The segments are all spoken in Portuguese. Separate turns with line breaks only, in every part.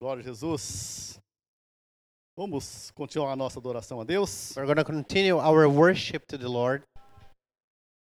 Glória a Jesus. Vamos continuar a nossa adoração a Deus.
We're going to continue our worship to the Lord.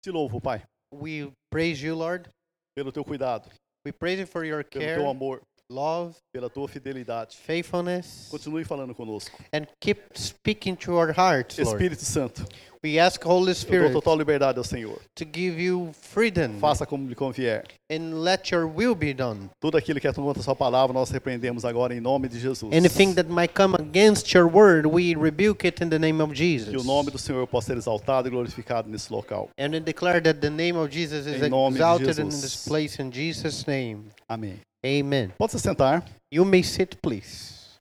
Te louvo, Pai,
We praise you, Lord.
pelo teu cuidado,
We praise you for your
pelo teu
care,
amor,
love,
pela tua fidelidade.
faithfulness,
Continue falando conosco.
and keep speaking to our hearts, Lord.
Espírito Santo,
We ask Holy
eu dou
Spirit
total liberdade ao Senhor.
to give you freedom
Faça como lhe convier.
and let your will be done.
Tudo aquilo que é contra a sua palavra, nós repreendemos agora em nome de Jesus.
Anything that might come against your word, we rebuke it in the name of
Que o
Jesus.
nome do Senhor possa ser exaltado e glorificado nesse local.
And we declare that the name of Jesus is
Em nome de
exalted in
Jesus.
this place in Jesus' name.
Amém.
Amen.
Pode se sentar.
You may sit, please.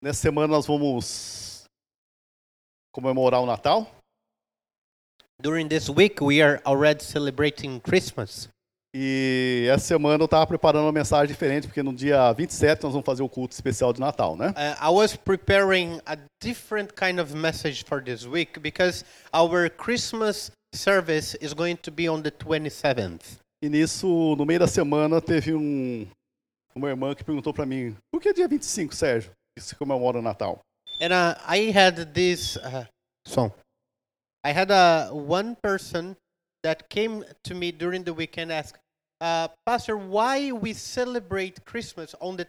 Nessa semana nós vamos comemorar o Natal.
During this week, we are already celebrating Christmas.
E essa semana eu estava preparando uma mensagem diferente, porque no dia 27 nós vamos fazer o culto especial de Natal, né?
Uh, I was preparing a different kind of message for this week because our Christmas service is going to be on the 27th.
E nisso, no meio da semana, teve um, uma irmã que perguntou para mim, por que dia 25, Sérgio, que se comemora o Natal?
And uh, I had this uh, song. I had uh, one person that came to me during the weekend ask, uh, Pastor, why we celebrate Christmas on the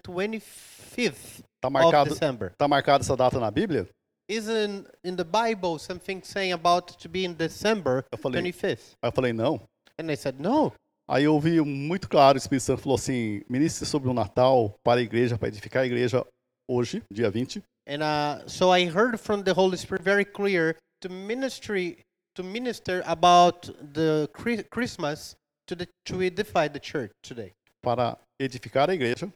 25th
Tá
of
marcado,
December?
tá marcada essa data na Bíblia?
Isn't in the Bible something saying about to be in December
Eu falei-
25th?
Aí eu falei, não.
And I said, no.
Aí eu ouvi muito claro, o Espírito Santo falou assim, ministre sobre o Natal para a igreja, para edificar a igreja hoje, dia 20,
And uh, so I heard from the Holy Spirit very clear to ministry to minister about the Chri- Christmas to the to edify the church today.
para edificar a igreja.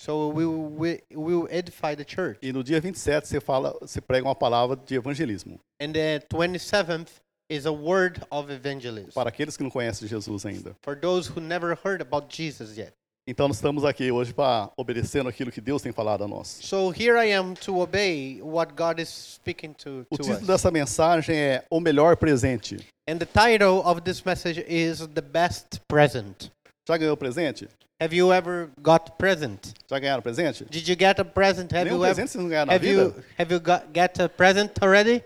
So we will- we we will edify the church.
E no dia 27 você fala, você prega uma palavra de evangelismo.
And the 27th is a word of evangelism
para aqueles que não conhecem Jesus ainda.
for those who never heard about Jesus yet.
Então nós estamos aqui hoje para obedecendo aquilo que Deus tem falado a nós.
So here I am to obey what God is speaking to,
O
to
título
us.
dessa mensagem é O Melhor Presente.
And the title of this message is the best present.
Já ganhou presente?
Have you ever got present?
Já ganharam presente?
Did you get a present? Have
Nenhum
you ever
presente vocês não ganharam na
Have
vida?
you have you got get a present already?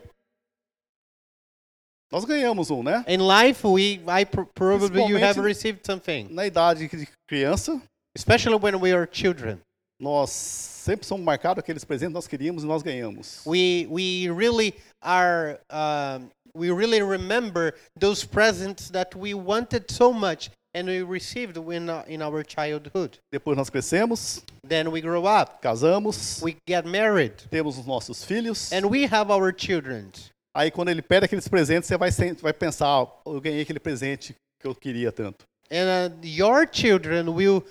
Nós ganhamos um, né?
In life, we I pr- probably you have
Principalmente-
received something,
Na idade de criança,
especially when we are children.
nós sempre somos marcados aqueles presentes que nós queríamos e nós ganhamos.
We we really are um, we really remember those presents that we wanted so much and we received when uh, in our childhood.
Depois nós crescemos,
Then we grow up,
casamos,
we get married,
temos os nossos filhos.
and we have our children.
Aí quando ele pede aqueles presentes, você vai, sen- vai pensar, "Ah, eu ganhei aquele presente que eu queria tanto.
And uh, your children will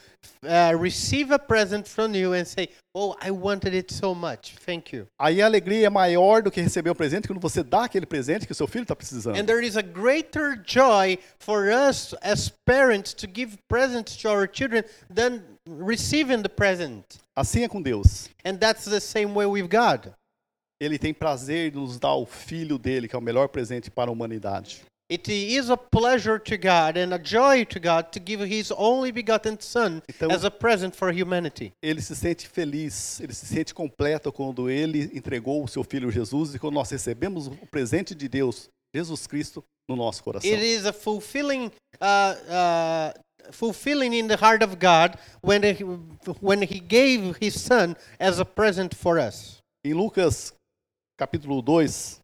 uh, receive a present from you and say, "Oh, I wanted it so much. Thank you."
Aí a alegria é maior do que receber um presente quando você dá aquele presente que o seu filho está precisando.
And there is a greater joy for us as parents to give presents to our children than receiving the present.
Assim é com Deus.
And that's the same way with God.
Ele tem prazer de nos dar o filho dele, que é o melhor presente para a humanidade.
It is a pleasure to God and a joy to God to give His only begotten Son
Então-
as a present for humanity.
Ele se sente feliz, ele se sente completo quando ele entregou o seu filho Jesus e quando nós recebemos o presente de Deus, Jesus Cristo, no nosso coração.
It is a fulfilling, uh, uh, fulfilling in the heart of God when he, when He gave His Son as a present for us.
Em Lucas capítulo 2,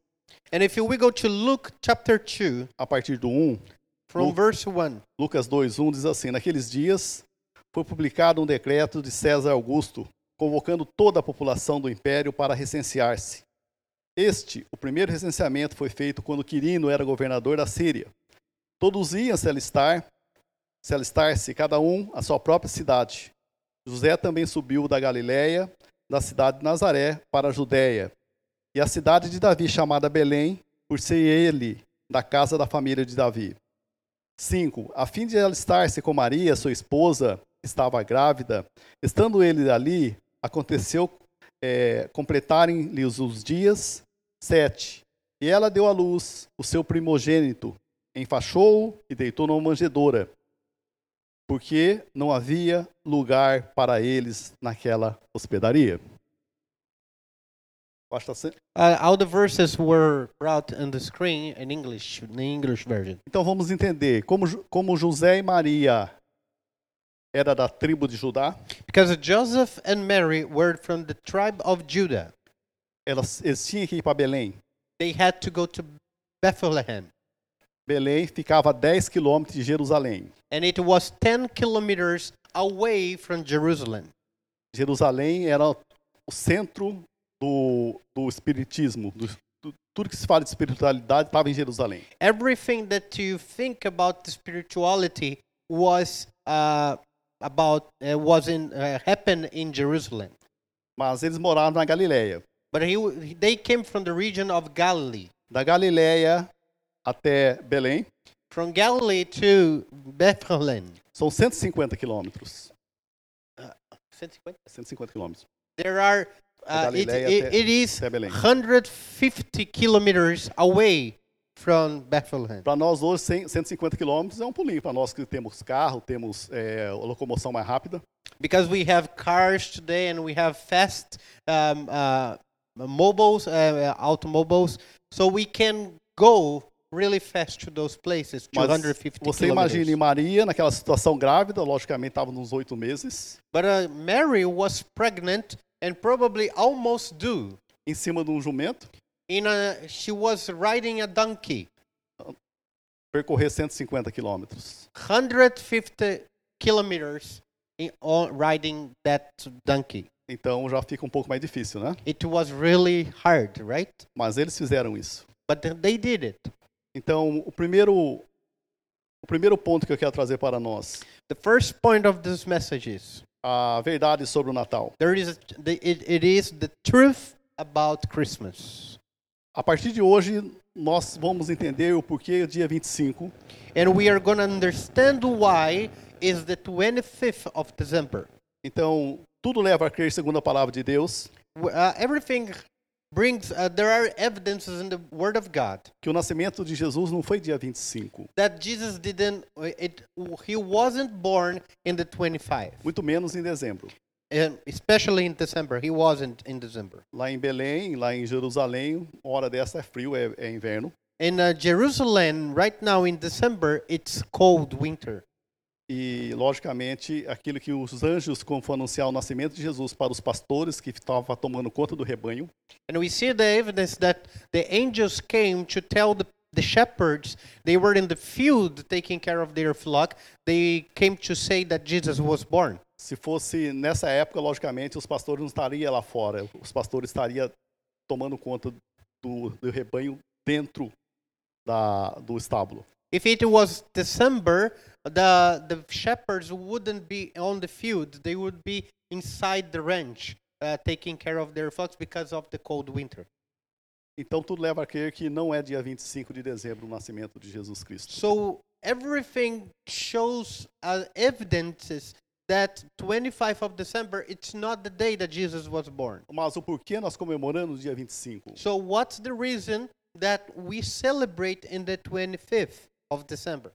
And if we go to Luke chapter 2,
a partir do 1,
from
Luke-
verse 1.
Lucas 2:1 diz assim: Naqueles dias foi publicado um decreto de César Augusto, convocando toda a população do império para recensear-se. Este, o primeiro recenseamento foi feito quando Quirino era governador da Síria. Todos iam se alistar, se alistar-se cada um à sua própria cidade. José também subiu da Galiléia, da cidade de Nazaré para a Judéia, e a cidade de Davi chamada Belém, por ser ele da casa da família de Davi. 5. A fim de alistar-se com Maria, sua esposa, que estava grávida, estando ele ali, aconteceu eh, completarem-lhe os- os dias. 7. E ela deu à luz o seu primogênito, enfaixou-o e deitou numa manjedoura, porque não havia lugar para eles naquela hospedaria. Eu acho que tá se-
Uh, all the verses were brought on the screen in English, in the English version.
Então vamos entender como, Ju- como José e Maria era da tribo de Judá,
Because Joseph and Mary were from the tribe of Judah.
elas, eles tinham que ir para Belém.
They had to go to Bethlehem.
Belém ficava a 10 quilômetros de Jerusalém.
And it was 10 kilometers away from Jerusalem.
Jerusalém era o centro do, do espiritismo. do- do- tudo que se fala de espiritualidade estava em Jerusalém.
Everything that you think about the spirituality was uh, about uh, was in uh, happened in Jerusalem.
Mas eles moravam na Galileia.
But he, w- they came from the region of Galilee.
Da Galileia até Belém
From Galilee to Bethlehem.
são 150 quilômetros. 150 quilômetros.
There are uh, it,
Galileia
it,
até-
it is
até Belém.
150 kilometers away from Bethlehem.
Para nós hoje, 100, 150 quilômetros é um pulinho. Para nós que temos carro, temos é, locomoção mais rápida.
Because we have cars today and we have fast um, uh, mobiles, uh, uh, automobiles, so we can go really fast to those places.
Mas
250
você
kilometers.
imagine Maria naquela situação grávida, logicamente estava nos oito meses,
But uh, Mary was pregnant and probably almost due.
em cima de um jumento,
In a, she was riding a donkey,
percorrer 150 quilômetros.
150 kilometers in, on riding that donkey.
Então já fica um pouco mais difícil, né?
It was really hard, right?
Mas eles fizeram isso.
But th- they did it.
Então, o primeiro, o primeiro ponto que eu quero trazer para nós,
The first point of this message is
a verdade sobre o Natal.
there is a, the, it, it is the truth about Christmas.
A partir de hoje, nós vamos entender o porquê dia 25
And we are going to understand why is the 25th of December.
Então, tudo leva a crer segundo a palavra de Deus
W- Uh, everything brings uh, there are evidences in the word of God
que o nascimento de Jesus não foi dia 25,
that Jesus didn't uh, it he wasn't born in the 25th.
muito menos em dezembro.
And especially in December, he wasn't in December.
Lá em Belém, lá em Jerusalém, hora dessa é frio, é, é inverno.
In uh, Jerusalem, right now in December, it's cold winter.
E, logicamente, aquilo que os anjos, como foi anunciar o nascimento de Jesus para os pastores que estavam tomando conta do rebanho,
And we see the evidence that the angels came to tell the, the shepherds they were in the field taking care of their flock. They came to say that Jesus was born.
se fosse nessa época, logicamente, os pastores não estariam lá fora, os pastores estariam tomando conta do, do rebanho dentro da, do estábulo.
If it was December, the, the shepherds wouldn't be on the field, they would be inside the ranch. Uh, taking care of their flocks because of the cold winter.
Então tudo leva a crer que não é dia 25 de dezembro o nascimento de Jesus Cristo.
So everything shows uh, evidences that 25th of December it's not the day that Jesus was born.
Mas o porquê nós comemoramos o dia 25?
So what's the reason that we celebrate in the 25th of December?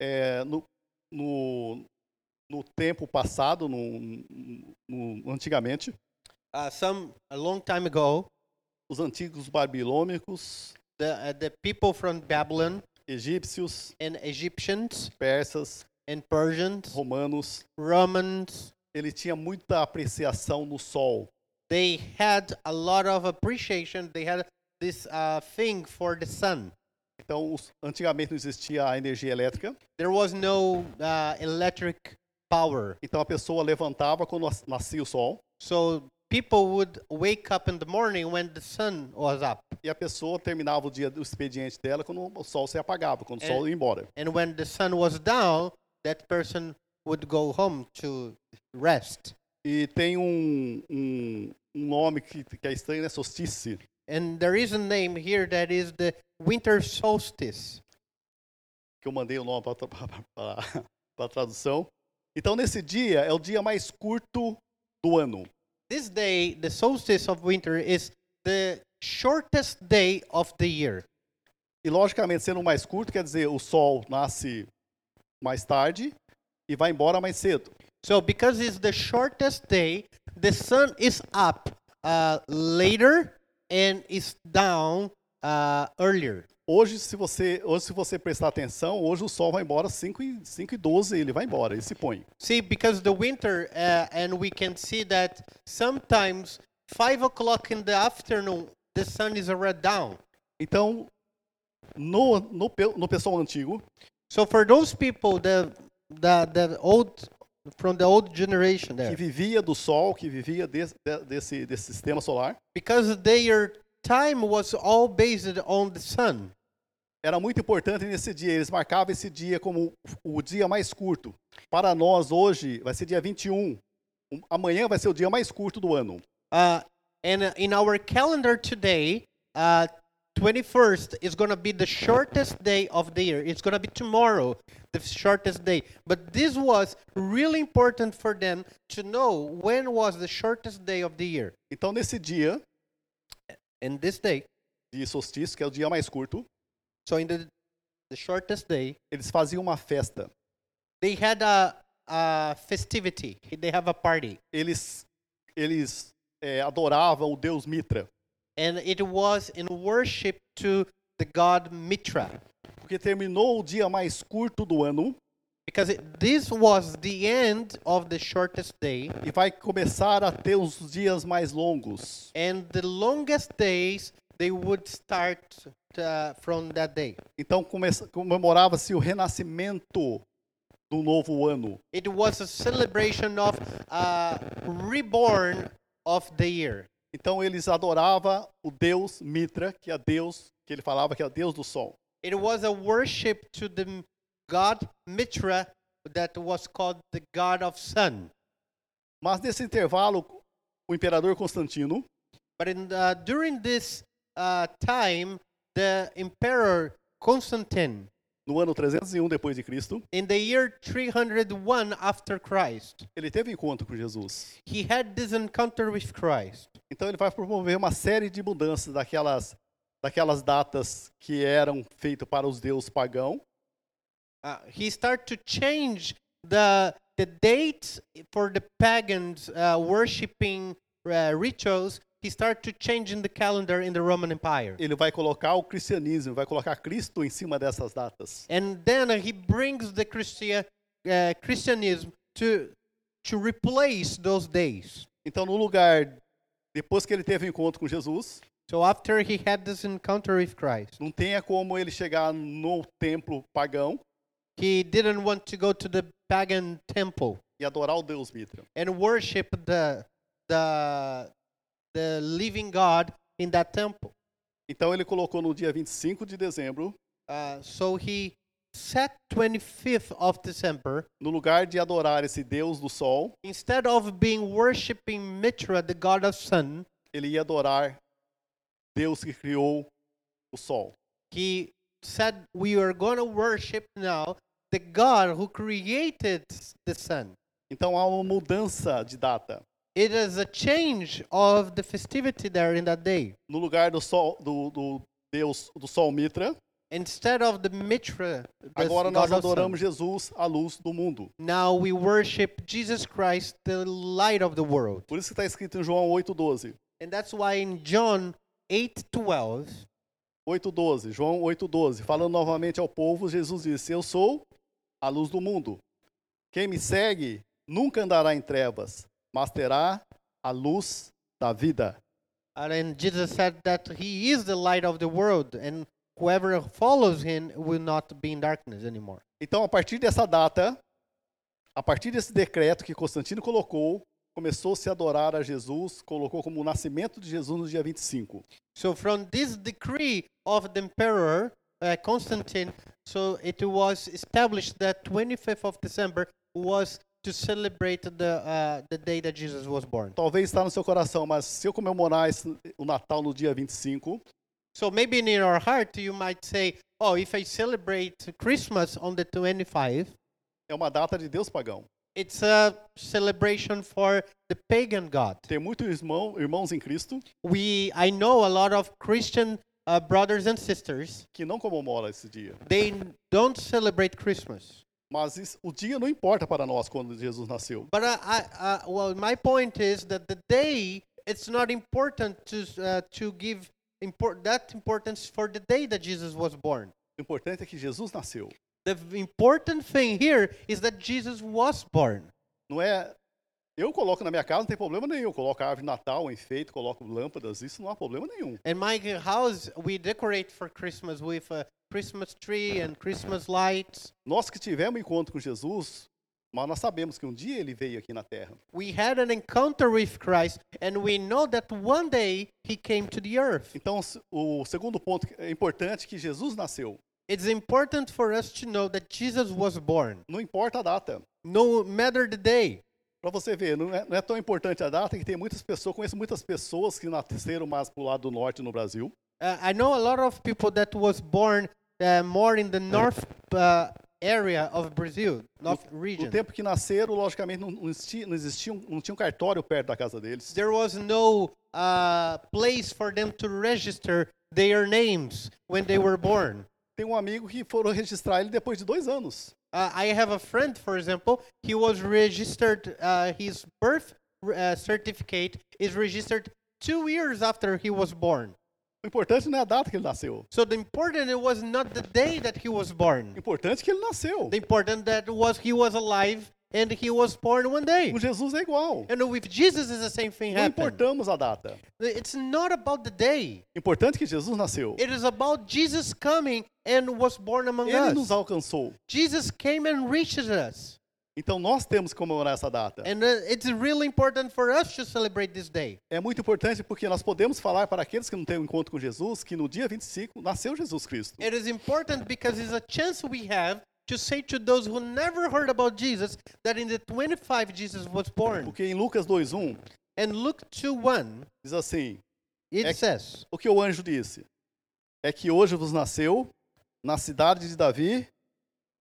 É, no, no, no tempo passado, no, no- antigamente,
Uh, some a long time ago,
os antigos babilônicos,
the uh, the people from Babylon
egípcios,
and Egyptians
persas,
and Persians,
romanos,
Romans,
ele tinha muita apreciação no sol.
they had a lot of appreciation. They had this uh, thing for the sun.
Então, os- antigamente não existia a energia elétrica,
There was no uh, electric power,
então a pessoa levantava quando nas- nascia o sol
so people would wake up in the morning when the sun was up.
e a pessoa terminava o dia do expediente dela quando o sol se apagava, quando o
É.
sol ia embora.
and when the sun was down, that person would go home to rest.
E tem um, um, um nome que, que é estranho, né? Solstício.
And there is a name here that is the winter solstice.
Que eu mandei o nome para a tradução. Então, nesse dia, é o dia mais curto do ano.
This day, the solstice of winter, is the shortest day of the year.
E, logicamente, sendo o mais curto, quer dizer, o sol nasce mais tarde e vai embora mais cedo.
So because it's the shortest day, the sun is up uh, later and is down uh, earlier.
Hoje, se você, hoje, se você prestar atenção, hoje o sol vai embora 5 e, 5 e 12, ele vai embora, ele se põe.
See, because the winter, uh, and we can see that sometimes five o'clock in the afternoon, the sun is already down.
Então, no, no, pe- no pessoal antigo,
So for those people, the the the old from the old generation
que
there,
vivia do sol, que vivia des- de- desse, desse sistema solar,
because their time was all based on the sun.
era muito importante nesse dia. Eles marcavam esse dia como o dia mais curto. Para nós, hoje, vai ser dia 21. Um- Amanhã vai ser o dia mais curto do ano.
Uh, and uh, in our calendar today, uh, 21st is going to be the shortest day of the year. It's going to be tomorrow, the shortest day. But this was really important for them to know when was the shortest day of the year.
Então, nesse dia
And this day,
de solstício, que é o dia mais curto,
so in the the shortest day,
eles faziam uma festa.
they had a, a festivity. They have a party,
Eles, eles é, adoravam o deus Mitra,
and it was in worship to the god Mitra,
porque terminou o dia mais curto do ano
because it, this was the end of the shortest day,
e vai começar a ter os dias mais longos.
and the longest days they would start uh, from that day.
Então, começa- comemorava-se o renascimento do novo ano.
It was a celebration of uh, reborn of the year.
Então eles adoravam o deus Mitra, que é deus que ele falava que é deus do sol.
It was a worship to the m- god Mitra that was called the god of sun.
Mas nesse intervalo, o imperador Constantino
But in uh, during this uh, time, the emperor Constantine,
no ano 301 depois de Cristo,
in the year 301 after Christ,
ele teve encontro com Jesus.
he had this encounter with Christ.
Então ele vai promover uma série de mudanças daquelas daquelas datas que eram feitas para os deuses pagãos
Uh, he started to change the the dates for the pagans uh, worshiping uh, rituals. He started to change in the calendar in the Roman Empire.
Ele vai colocar o cristianismo, vai colocar Cristo em cima dessas datas.
and then uh, he brings the Christia, uh, Christianism to to replace those days.
Então no lugar depois que ele teve encontro com Jesus,
So after he had this encounter with Christ,
não tenha como ele chegar no templo pagão
he didn't want to go to the pagan temple
e adorar o deus Mitra.
and worship the the the living God in that temple.
Então ele colocou no dia 25 de dezembro,
Uh, so he set 25th of December
no lugar de adorar esse deus do sol,
instead of being worshiping Mitra, the god of sun,
ele ia adorar Deus que criou o sol.
he said we are going to worship now the God who created the sun.
Então há uma mudança de data.
It is a change of the festivity there in that day.
No lugar do sol do, do deus do sol Mitra,
Instead of the Mitra, the
agora
god
nós
of sun,
adoramos Jesus, a luz do mundo.
now we worship Jesus Christ, the light of the world.
Por isso que está escrito em João 8:12.
And that's why in John 8:12,
8:12, João 8:12, falando novamente ao povo, Jesus disse: Eu sou a luz do mundo. Quem me segue nunca andará em trevas, mas terá a luz da vida.
and then Jesus said that he is the light of the world and whoever follows him will not be in darkness anymore.
Então, a partir dessa data, a partir desse decreto que Constantino colocou, começou-se a adorar a Jesus, colocou como o nascimento de Jesus no dia 25.
So from this decree of the emperor uh, Constantine, so it was established that 25th of December was to celebrate the uh, the day that Jesus was born.
Talvez está no seu coração, mas se eu comemorar esse- o Natal no dia 25,
So maybe in your heart you might say, "Oh, if I celebrate Christmas on the 25th,
é uma data de Deus pagão.
it's a celebration for the pagan god."
Tem muitos irmão, irmãos em Cristo
We I know a lot of Christian uh, brothers and sisters
que não comemoram esse dia.
they don't celebrate Christmas.
Mas isso- o dia não importa para nós quando Jesus nasceu.
But I, I, uh, well, my point is that the day it's not important to uh, to give import that importance for the day that Jesus was born.
O importante é que Jesus nasceu.
The v- important thing here is that Jesus was born.
Não é. Eu coloco na minha casa, não tem problema nenhum. Eu coloco a árvore de Natal, enfeito, coloco lâmpadas, isso não há problema nenhum.
In my g- house, we decorate for Christmas with a Christmas tree and Christmas lights.
Nós que tivemos encontro com Jesus, mas nós sabemos que um dia ele veio aqui na terra.
We had an encounter with Christ, and we know that one day he came to the earth.
Então, se- o segundo ponto que é importante é que Jesus nasceu.
It's important for us to know that Jesus was born,
Não importa a data.
no matter the day.
Para você ver, não é, não é tão importante a data que tem muitas pessoas, conheço muitas pessoas que nasceram mais pro lado do norte no Brasil,
Uh, I know a lot of people that was born uh, more in the north uh, area of Brazil, north
No
region.
tempo que nasceram, logicamente, não, não existia, não, existia um, não tinha um cartório perto da casa deles.
There was no uh, place for them to register their names when they were born.
Tem um amigo que foram registrar ele depois de dois anos.
Uh, I have a friend, for example, he was registered, uh, his birth uh, certificate is registered two years after he was born.
O importante não é a data que ele nasceu.
So the important it was not the day that he was
O
born.
importante é que ele nasceu.
The important that was he was alive and he was born one day.
Com Jesus é igual.
And with Jesus is the same thing
Não
happened.
importamos a data.
It's not about the day.
O importante é que Jesus nasceu.
It is about Jesus coming and was born among
Ele nos
us.
alcançou.
Jesus came and reaches us.
Então nós temos que comemorar essa data.
And uh, it's really important for us to celebrate this day.
É muito importante porque nós podemos falar para aqueles que não têm um encontro com Jesus que no dia 25 nasceu Jesus Cristo.
It is important because it's a chance we have to say to those who never heard about Jesus that in the 25 Jesus was born.
Porque em Lucas 2:1
And Luke 2 1,
diz assim:
it
Ex-
says,
O que o anjo disse? É que hoje vos nasceu na cidade de Davi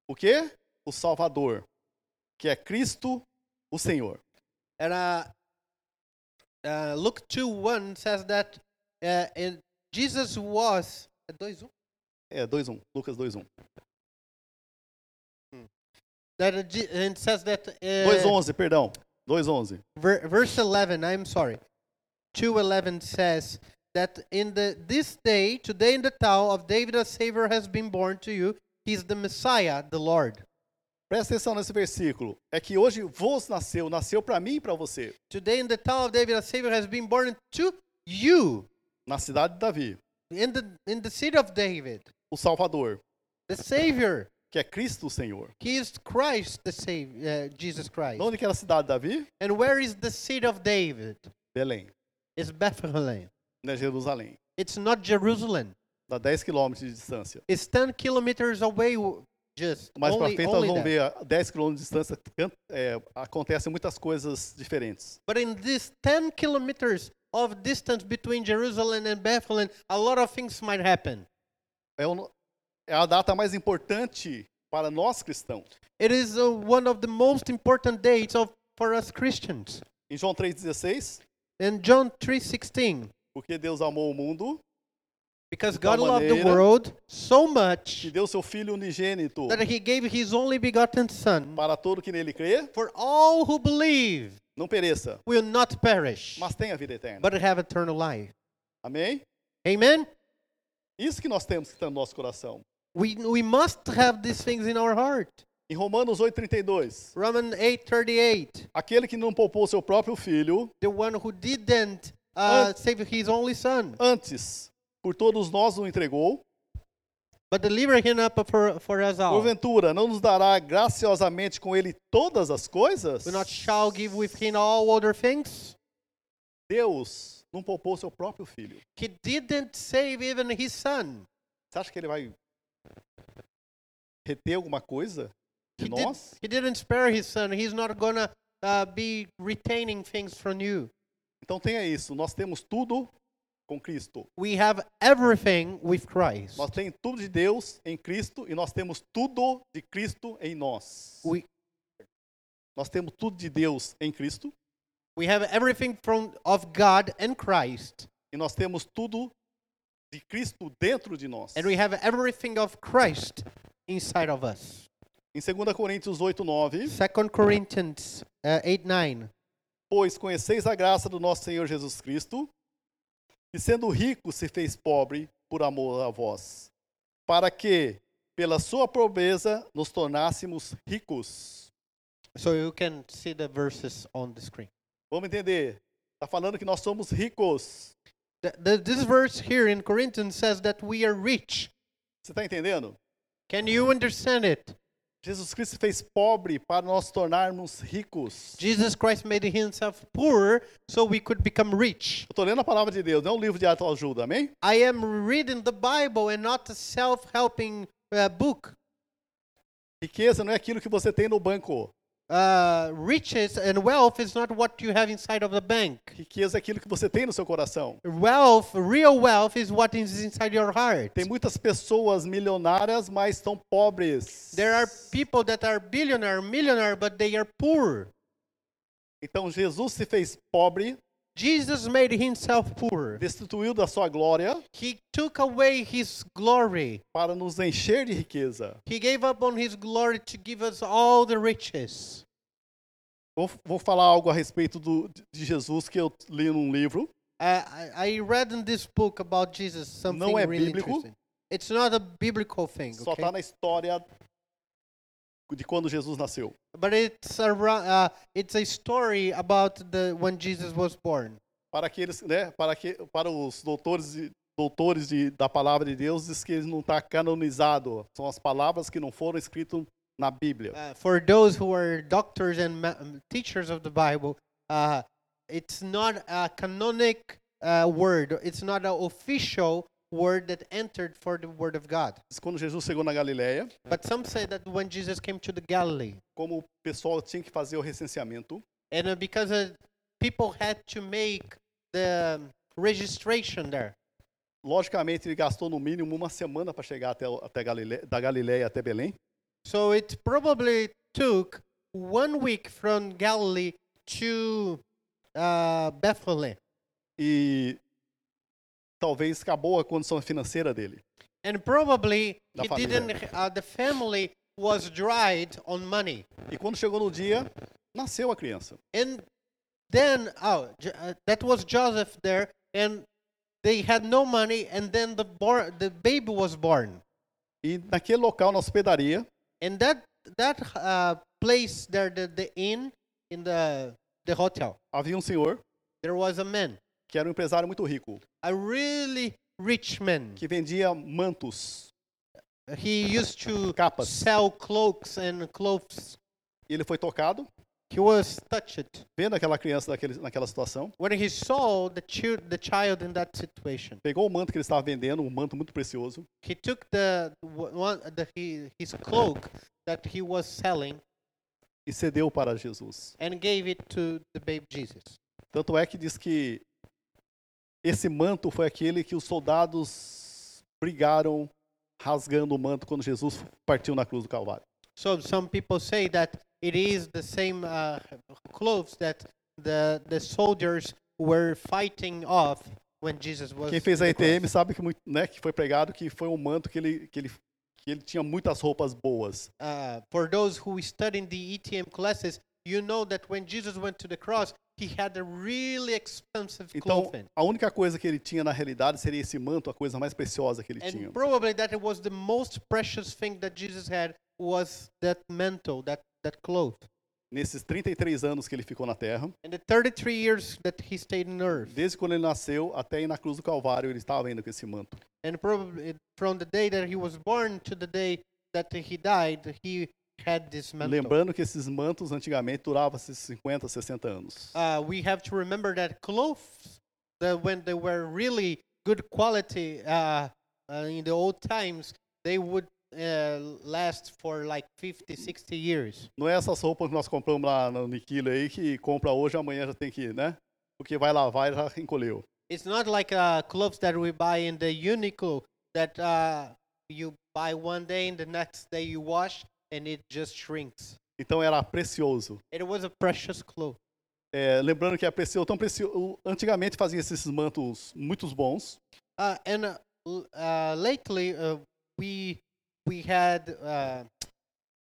o quê? O Salvador, que é Cristo, o Senhor.
and uh, uh, Luke 2 1 says that uh, and Jesus was. dois, um?
É 2:1, Lucas 2:1.
That uh, Je- and it says that uh,
2:11, perdão. 2:11.
ver, verse 11 I'm sorry 211 says that in the this day today in the town of David a savior has been born to you he's the Messiah the Lord
Presta atenção nesse versículo. É que hoje vos nasceu, nasceu para mim e para você,
today in the town of David a savior has been born to you
na cidade de Davi,
in the in the city of David
o Salvador,
the savior
que é Cristo, o Senhor.
he is Christ the savior uh, Jesus Christ
Onde que era a cidade de Davi?
and where is the city of David
Belém,
it's Bethlehem
né, Jerusalém,
it's not Jerusalem
dá 10 quilômetros de distância.
It's 10 kilometers away w- just
Mais para
only,
frente nós
only
vamos
that.
ver a 10 quilômetros de distância can- é, acontecem muitas coisas diferentes.
But in this 10 kilometers of distance between Jerusalem and Bethlehem, a lot of things might happen.
É, o no- é a data mais importante para nós cristãos.
It is uh, one of the most important dates of for us Christians.
Em João 3,16,
In John 3:16,
porque Deus amou o mundo
because
tal
God loved the
maneira
world so
e
much
deu seu Filho unigênito
that he gave his only begotten son
para todo que nele crê,
for all who believe
não pereça,
will not perish
mas tenha vida eterna.
but have eternal life.
Amém?
Amen.
Isso que nós temos que estar no nosso coração.
We we must have these things in our heart.
Em Romanos 8,32,
Romans 8:38,
aquele que não poupou seu próprio filho,
the one who didn't uh, save his only son,
antes por todos nós o entregou,
but delivered him up for, for us all.
porventura não nos dará graciosamente com ele todas as coisas?
We not shall give with him all other things.
Deus não poupou seu próprio filho.
He didn't save even his son.
Você acha que ele vai reter alguma coisa de
He, did,
nós?
he didn't spare his son. He's not gonna uh, be retaining things from you.
Então tenha isso, nós temos tudo com Cristo.
We have everything with Christ.
Nós temos tudo de Deus em Cristo e nós temos tudo de Cristo em nós.
We
Nós temos tudo de Deus em Cristo
we have everything from of God and Christ,
e nós temos tudo de Cristo dentro de nós.
and we have everything of Christ inside of us.
Em 2 Coríntios 8, 9,
2 Corinthians uh, 8 9.
pois conheceis a graça do nosso Senhor Jesus Cristo, que sendo rico se fez pobre por amor a vós, para que, pela sua pobreza, nos tornássemos ricos.
So you can see the verses on the screen.
Vamos entender. Está falando que nós somos ricos.
Th- th- this verse here in Corinthians says that we are rich.
Você está entendendo?
Can you understand it?
Jesus Cristo se fez pobre para nós tornarmos ricos.
Jesus Christ made himself poor so we could become rich.
Eu estou lendo a palavra de Deus, não é um livro de autoajuda, amém?
I am reading the Bible and not a self-helping uh, book.
Riqueza não é aquilo que você tem no banco.
Uh, riches and wealth is not what you have inside of the bank.
Riqueza é aquilo que você tem no seu coração.
Wealth, real wealth, is what is inside your heart.
Tem muitas pessoas milionárias, mas estão pobres.
There are people that are billionaire, millionaire, but they are poor.
Então Jesus se fez pobre,
Jesus made himself poor.
destituiu da sua glória
He took away his glory.
para nos encher de riqueza.
He gave up on his glory to give us all the riches.
Vou, vou falar algo a respeito do, de Jesus que eu li num livro.
Uh, I, I read in this book about Jesus something
é
really
bíblico.
interesting. It's not a biblical thing,
Só
okay?
está na história de quando Jesus nasceu.
But it's a ra- uh, it's a story about the when Jesus was born.
Para aqueles, né? Para que, para os doutores de, doutores de, da palavra de Deus diz que ele não está canonizado. São as palavras que não foram escritas na Bíblia.
Uh, for those who are doctors and ma- um, teachers of the Bible, uh, it's not a canonic uh, word. It's not an official word that entered for the Word of God.
Diz que Quando Jesus chegou na Galileia,
But some say that when Jesus came to the Galilee,
como o pessoal tinha que fazer o recenseamento,
and uh, because uh, people had to make the um, registration there,
logicamente ele gastou no mínimo uma semana para chegar até, o- até Galile- da Galileia até Belém.
so it probably took one week from Galilee to uh, Bethlehem.
e talvez acabou a condição financeira dele.
and probably
Da
he
família.
didn't uh, the family was dried on money
E quando chegou no dia, nasceu a criança.
and then oh J- uh, that was joseph there and they had no money and then the bor- the baby was born
E naquele local, na hospedaria,
and that that uh, place there the, the inn in the the hotel
havia um senhor
there was a man
que era um empresário muito rico,
a really rich man
que vendia mantos.
he used to
Capas.
sell cloaks and clothes
E ele foi tocado,
he was touched
vendo aquela criança naquele, naquela situação,
when he saw the, chi- the child in that situation,
pegou o manto que ele estava vendendo, um manto muito precioso,
he took the w- one the he, his cloak that he was selling
e cedeu para Jesus.
and gave it to the babe Jesus.
Tanto é que diz que esse manto foi aquele que os soldados brigaram rasgando o manto quando Jesus partiu na cruz do Calvário.
So some people say that it is the same uh, clothes that the the soldiers were fighting off when Jesus was.
Quem fez
on
a
the cross.
ETM sabe que, muito- né, que foi pregado que foi um manto que ele, que ele, que ele tinha muitas roupas boas.
Uh, for those who study the ETM classes, you know that when Jesus went to the cross, he had a really expensive
Então,
clothing.
a única coisa que ele tinha na realidade seria esse manto, a coisa mais preciosa que ele tinha.
And probably that it was the most precious thing that Jesus had was that mantle, that that cloth.
Nesses 33 anos que ele ficou na Terra,
And the 33 years that he stayed on earth,
desde quando ele nasceu até ir na cruz do Calvário, ele estava ainda com esse manto.
and probably from the day that he was born to the day that he died, he had this mantle.
Lembrando que esses mantos antigamente duravam esses 50, 60 anos.
Uh, we have to remember that clothes, that when they were really good quality uh, uh, in the old times, they would uh, last for like 50, 60 years.
Não é essas roupas que nós compramos lá no Niquilo aí, que compra hoje, amanhã já tem que, né? Porque vai lavar e já encolheu.
It's not like uh, clothes that we buy in the Uniqlo that uh, you buy one day and the next day you wash and it just shrinks.
Então era precioso.
It was a precious cloth.
É, lembrando que é precioso, tão precioso. Antigamente fazia esses mantos muito bons.
Uh, and uh, l- uh, lately uh, we we had uh,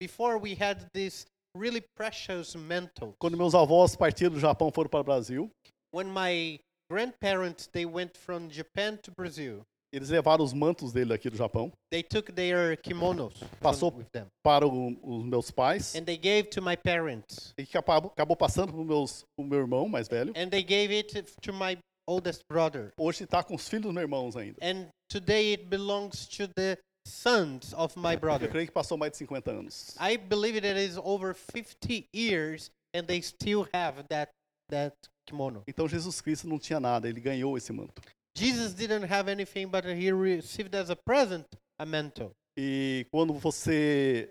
Before we had this really precious mantle.
Quando meus avós partiram do Japão foram para o Brasil,
When my grandparents they went from Japan to Brazil,
eles levaram os mantos dele aqui do Japão
they took their kimonos from-
Passou-
with them
para o- os meus pais
and they gave to my parents
e que acabou, acabou passando para o meu irmão mais velho.
and they gave it to my oldest brother.
Hoje está com os filhos dos meus irmãos ainda.
And today it belongs to the sons of my
Eu
brother. Ah.
creio que passou mais de 50 anos.
I believe it is over 50 years and they still have that that kimono.
Então Jesus Cristo não tinha nada, ele ganhou esse manto.
Jesus didn't have anything but he received as a present a mantle.
E quando você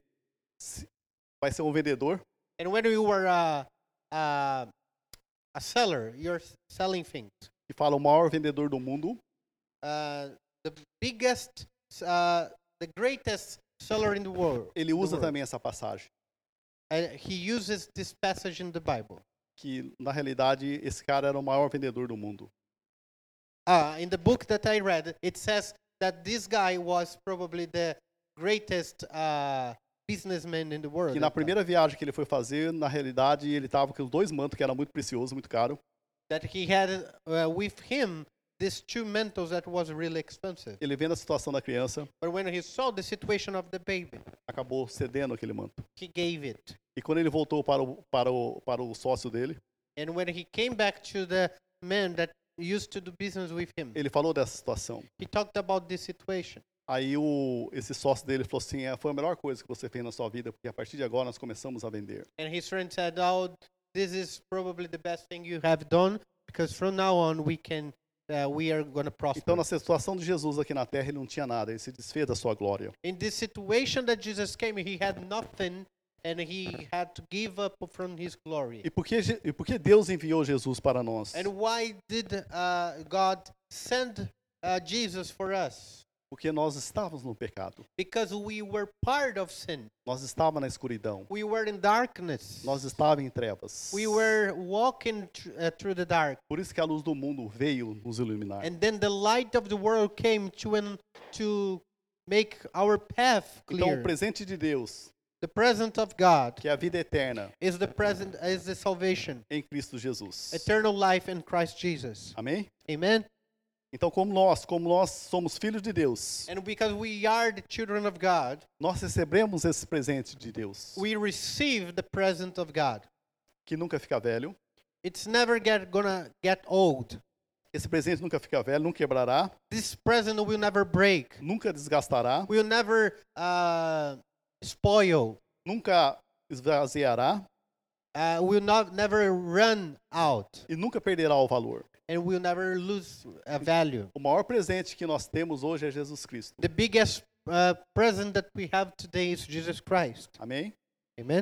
se- vai ser um vendedor,
And when you were a a, a seller, you're s- selling things.
que fala o maior vendedor do mundo,
Uh, the biggest uh, the greatest seller in the world.
ele usa
world.
também essa passagem,
And he uses this passage in the Bible.
que na realidade esse cara era o maior vendedor do mundo.
Uh, in the book that I read, it says that this guy was probably the greatest uh, businessman in the world.
Que na
at that-
primeira viagem que ele foi fazer, na realidade ele estava com os dois mantos que era muito precioso, muito caro.
That he had uh, with him these two mentors that was really expensive.
Ele vendo a situação da criança,
But when he saw the situation of the baby,
acabou cedendo aquele manto.
he gave it.
E quando ele voltou para o, para o, para o sócio dele,
And when he came back to the man that used to do business with him,
ele falou dessa situação.
he talked about this situation.
Aí o, esse sócio dele falou assim: "É, foi a melhor coisa que você fez na sua vida, porque a partir de agora nós começamos a vender.
And his friend said, "Oh, this is probably the best thing you have done because from now on we can, uh, we are going to prosper."
Então, na situação de Jesus aqui na terra, ele não tinha nada, ele se desfez da sua glória.
In this situation that Jesus came, he had nothing, and he had to give up from his glory.
E por que, Je- e por que Deus enviou Jesus para nós?
And why did uh, God send uh, Jesus for us?
Porque nós estávamos no pecado,
Because we were part of sin.
nós estávamos na escuridão,
We were in darkness.
nós estávamos em trevas.
We were walking thr- uh, through the dark.
Por isso que a luz do mundo veio nos iluminar.
And then the light of the world came to en- to make our path
Então,
clear.
o presente de Deus,
the presence of God
que é a vida eterna
is the present is the salvation,
em Cristo Jesus.
eternal life in Christ Jesus.
Amém?
Amen.
Então, como nós, como nós somos filhos de Deus,
And because we are the children of God,
nós recebemos esse presente de Deus,
we receive the presence of God.
que nunca fica velho.
It's never get, gonna get old.
Esse presente nunca fica velho, não quebrará,
This present will never break.
nunca desgastará,
Will never uh, spoil.
nunca esvaziará
Uh, will not never run out,
e nunca perderá o valor.
and will never lose a value.
O maior presente que nós temos hoje é Jesus Cristo.
The biggest uh, present that we have today is Jesus Christ.
Amém?
Amen.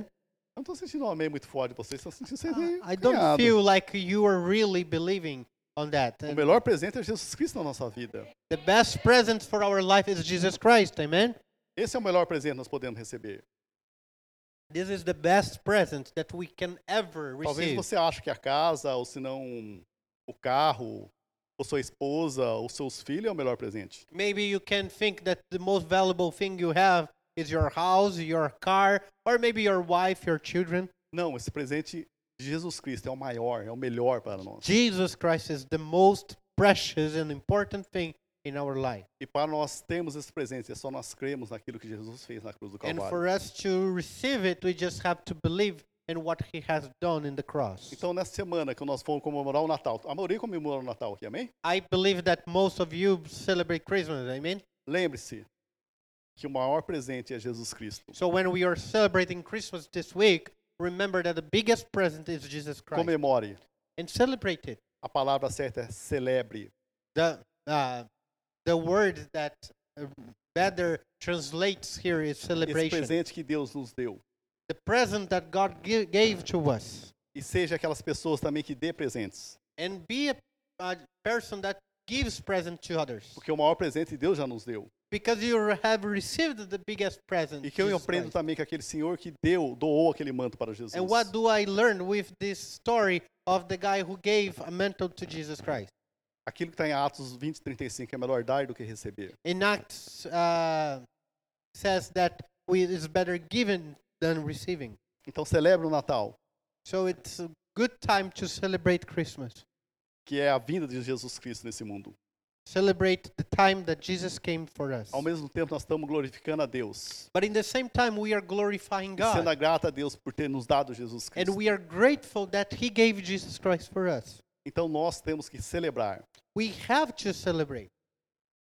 Eu não estou sentindo um amém muito forte, vocês estão sentindo vocês
Uh,
meio
I don't
acanhado.
feel like you are really believing on that.
O
And
melhor presente é Jesus Cristo na nossa vida.
the best present for our life is Jesus Christ. Amen.
Esse é o melhor presente que nós podemos receber.
This is the best present that we can ever
Talvez
receive.
você ache que a casa, ou se não o carro, ou sua esposa, ou seus filhos é o melhor presente.
Maybe you can think that the most valuable thing you have is your house, your car, or maybe your wife, your children.
Não, esse presente de Jesus Cristo é o maior, é o melhor para nós.
Jesus Christ is the most precious and important thing in our life.
E para nós termos esse presente, é só nós cremos naquilo que Jesus fez na cruz do
And
Calvário.
for us to receive it, we just have to believe in what he has done in the cross.
Então, nessa semana que nós vamos comemorar o Natal, a maioria comemora o Natal aqui, amém?
I believe that most of you celebrate Christmas, I mean.
Lembre-se que o maior presente é Jesus Cristo.
So when we are celebrating Christmas this week, remember that the biggest present is Jesus Christ
Comemore.
and celebrate it.
A palavra certa é celebre.
the uh, the word that uh, better translates here is
Esse
celebration.
presente que Deus nos deu.
The present that God gi- gave to us,
E seja aquelas pessoas também que dê presentes.
and be a, a person that gives present to others,
Porque o maior presente Deus já nos deu.
because you have received the biggest present.
E que eu
Jesus
aprendo
Christ. É
também com aquele senhor que deu, doou aquele manto para Jesus.
And what do I learn with this story of the guy who gave a mantle to Jesus Christ?
Aquilo que está em Atos 20, 35 é melhor dar do que receber.
In Acts uh, says that we, it's better given than receiving.
Então celebra o Natal,
So it's a good time to celebrate Christmas.
que é a vinda de Jesus Cristo nesse mundo.
Celebrate the time that Jesus came for us.
Ao mesmo tempo, nós estamos glorificando a Deus.
But in the same time, we are glorifying
E sendo
God.
grata a Deus por ter nos dado Jesus
And
Cristo.
we are grateful that He gave Jesus Christ for us.
Então nós temos que celebrar.
We have to celebrate.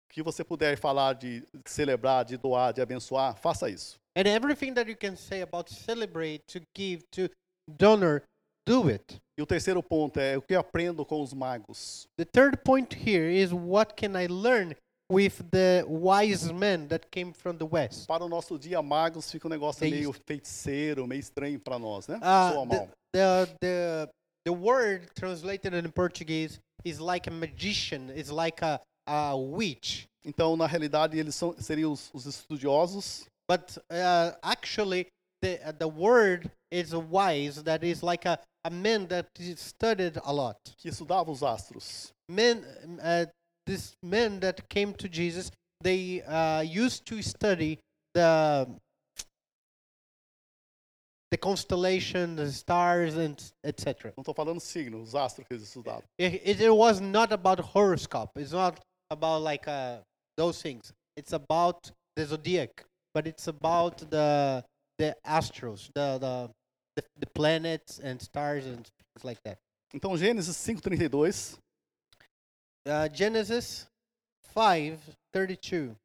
O que você puder falar de celebrar, de doar, de abençoar, faça isso.
And everything that you can say about celebrate, to give, to donor, do it.
E o terceiro ponto é o que eu aprendo com os magos.
The third point here is what can I learn with the wise men that came from the West?
Para o nosso dia, magos fica um negócio
É
meio feiticeiro, meio estranho para nós, né?
Uh,
Soa
the,
mal.
the, the, the word translated in Portuguese is like a magician, it's like a, a witch.
Então, na realidade, eles são, seriam os, os estudiosos
But uh, actually, the, uh, the word is a wise, that is like a, a man that is studied a lot.
que estudavam os astros.
Men, uh, this men that came to Jesus, they uh, used to study the the constellation, the stars, and s- etc.
Não estou falando signo, os astros que eles estudavam.
It, it, it was not about horoscope. It's not about like uh, those things. It's about the zodiac, but it's about the the astros, the the the, the planets and stars and things like that.
Então, Gênesis 5:32
Uh, Genesis five thirty two.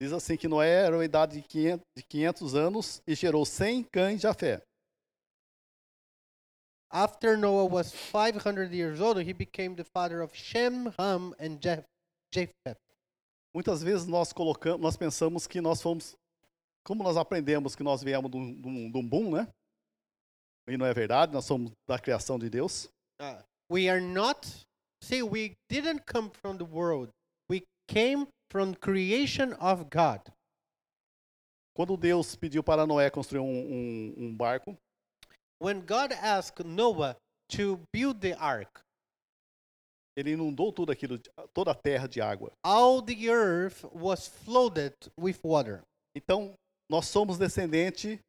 diz assim que Noé era uma idade de 500, de 500 anos e gerou 100 cães de Jafé.
After Noah was five hundred years old, he became the father of Shem, Ham, and Jeph- Japheth.
Muitas vezes nós colocamos, nós pensamos que nós fomos, como nós aprendemos que nós viemos de um, de um- de um boom, né? E não é verdade, nós somos da criação de Deus.
Uh, we are not see we didn't come from the world we came from creation of god
Quando Deus pediu para Noé construir um, um- um barco,
when god asked noah to build the ark
ele inundou tudo aquilo, de- toda a terra de água.
all the earth was flooded with water
Então, nós somos descendente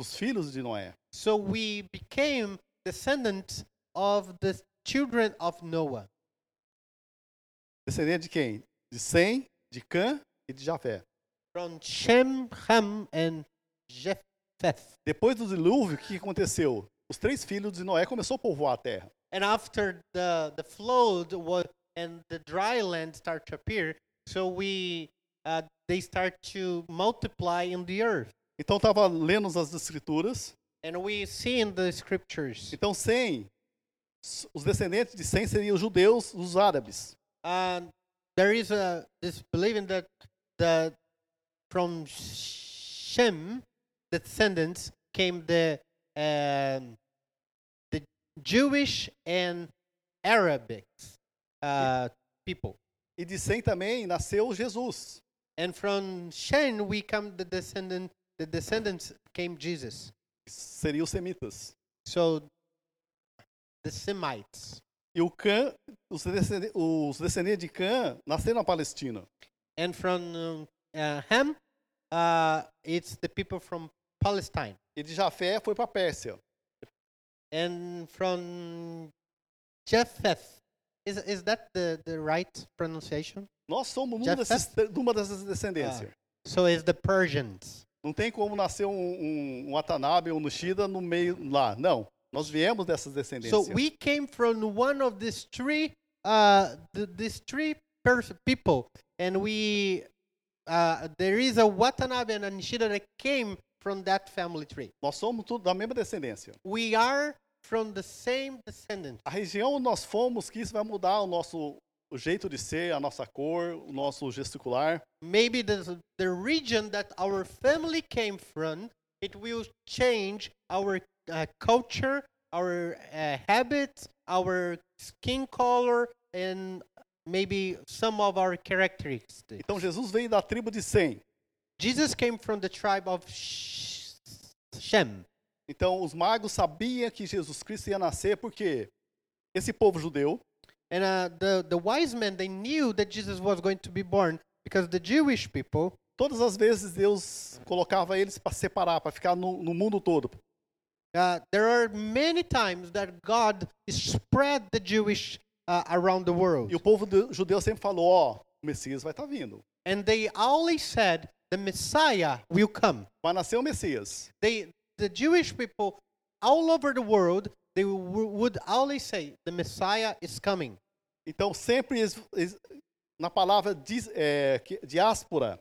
dos filhos de Noé.
so we became descendants of the children of noah
Descendente de quem? De Sem, de Cã e de Javé.
from shem ham and japheth
Depois do dilúvio, o que aconteceu? Os três filhos de Noé começaram a povoar a terra.
and after the the flood was and the dry land start to appear so we uh, they start to multiply in the earth
Então, estava lendo as escrituras.
and we see in the scriptures
Então, Sem, s- os descendentes de Sem seriam os judeus, os árabes.
and um, there is a this believing that the from shem the descendants came the um, the jewish and arabic uh, people
E de Sem também nasceu Jesus.
And from Shem we come the descendant the descendants came Jesus.
que Seriam os semitas.
So the Semites.
E o Cã, os descende- os descendentes de Cã nasceram na Palestina.
And from um, uh, Ham uh, it's the people from Palestine.
E de Jafé foi para a Pérsia.
And from Japheth is is that the, the right pronunciation?
Nós somos uma
Jafé? Ah.
dessas, de uma dessas descendências.
So it's the Persians.
Não tem como nascer um, um, um Atanabe ou um Nushida no meio lá. Não. Nós viemos dessas
So
descendências.
we came from one of these three, uh, th- these three pers- people, and we, uh, there is a Watanabe and a Nishida that came from that family tree.
Nós somos tudo da mesma descendência.
We are from the same descendant.
A região onde nós fomos, que isso vai mudar o nosso o jeito de ser, a nossa cor, o nosso gesticular.
Maybe the the region that our family came from, it will change our uh, culture, our uh, habits, our skin color, and maybe some of our characteristics.
Então Jesus veio da tribo de Sem.
Jesus came from the tribe of Sh- Shem.
Então os magos sabiam que Jesus Cristo ia nascer porque esse povo judeu
And uh, the, the wise men, they knew that Jesus was going to be born because the Jewish people,
Todas as vezes Deus colocava eles para separar, para ficar no, no mundo todo.
Uh, there are many times that God spread the Jewish uh, around the world.
E o povo de- judeu sempre falou: ó, o Messias vai estar vindo.
And they always said, the Messiah will come.
Vai nascer o Messias.
They, the Jewish people all over the world, they w- would always say, the Messiah is coming.
Então, sempre eles- eles- na palavra dis, é, que- diáspora,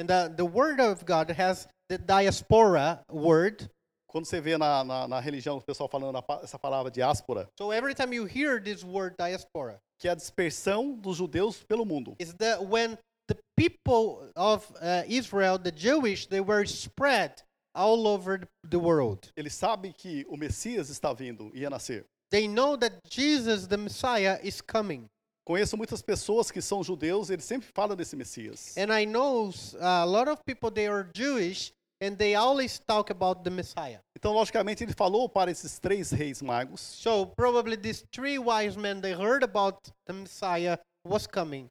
And uh, the, the word of God has the diaspora word.
quando você vê na, na, na religião o pessoal falando a pa- essa palavra diáspora,
So every time you hear this word diaspora,
que é a dispersão dos judeus pelo mundo.
is that when the people of uh, Israel, the Jewish, they were spread all over the world.
Eles sabem que o Messias está vindo e ia nascer.
They know that Jesus, the Messiah, is coming.
Conheço muitas pessoas que são judeus, eles sempre falam desse Messias.
And I know uh, a lot of people, they are Jewish, and they always talk about the Messiah.
Então, logicamente, ele falou para esses três reis magos
So probably these three wise men, they heard about the Messiah was coming.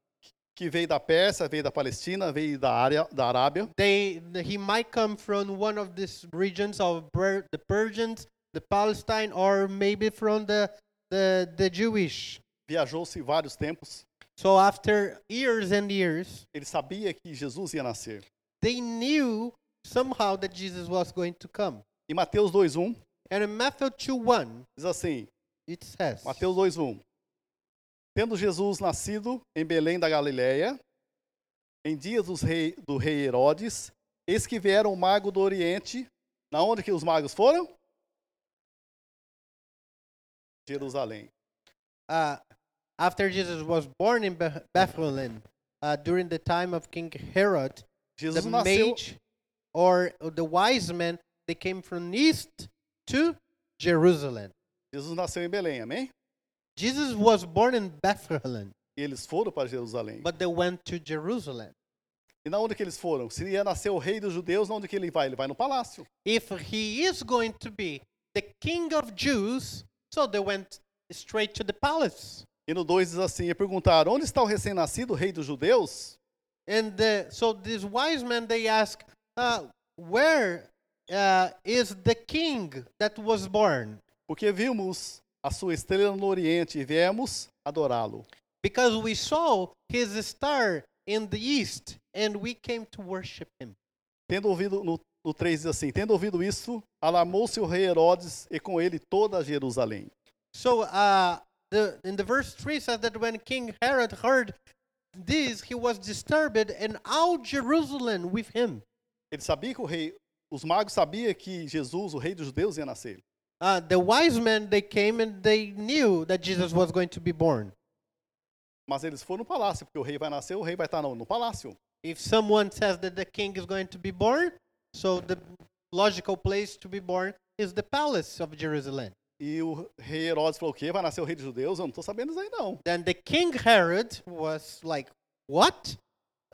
que veio da Pérsia, veio da Palestina, veio da área da Arábia.
They, he might come from one of these regions of Per- the Persians, the Palestine, or maybe from the, the, the Jewish.
Viajou-se vários tempos.
So after years and years,
Ele sabia que Jesus ia nascer.
they knew somehow that Jesus was going to come.
Em Mateus 2:1
And in Matthew 2 1,
diz assim:
it says,
Mateus 2:1. Tendo Jesus nascido em Belém da Galiléia, em dias dos rei- do rei Herodes, eis que vieram o mago do Oriente. Na onde que os magos foram? Jerusalém.
uh, after Jesus was born in Beth- Bethlehem, uh, during the time of King Herod,
Jesus
the
nasceu
mage or the wise men, they came from east to Jerusalem.
Jesus nasceu em Belém, amém?
Jesus was born in Bethlehem,
E eles foram para Jerusalém.
but they went to Jerusalem.
E na onde que eles foram? Se ia nascer o rei dos judeus, na onde que ele vai? Ele vai no palácio.
if he is going to be the king of Jews, so they went straight to the palace.
E no 2 diz assim: E perguntaram: Onde está o recém-nascido rei dos judeus?
And the, so these wise men they ask, uh, "Where uh, is the king that was born?"
Porque vimos a sua estrela no Oriente e viemos adorá-lo.
Because we saw his star in the east, and we came to worship him.
Tendo ouvido, no, no 3 diz assim: Tendo ouvido isso, alarmou-se o rei Herodes e com ele toda Jerusalém.
So uh, the in the verse three says that when King Herod heard this, he was disturbed, and all Jerusalem with him.
Ele sabia que o rei, os magos sabiam que Jesus, o rei dos judeus, ia nascer.
uh, the wise men they came and they knew that jesus was going to be born
Mas eles foram no palácio, porque o rei vai nascer, o rei vai estar no, no palácio.
if someone says that the king is going to be born so the logical place to be born is the palace of jerusalem
E o rei Herodes falou: O quê? Vai nascer o rei dos judeus? Eu não estou sabendo isso aí, não.
then the king herod was like what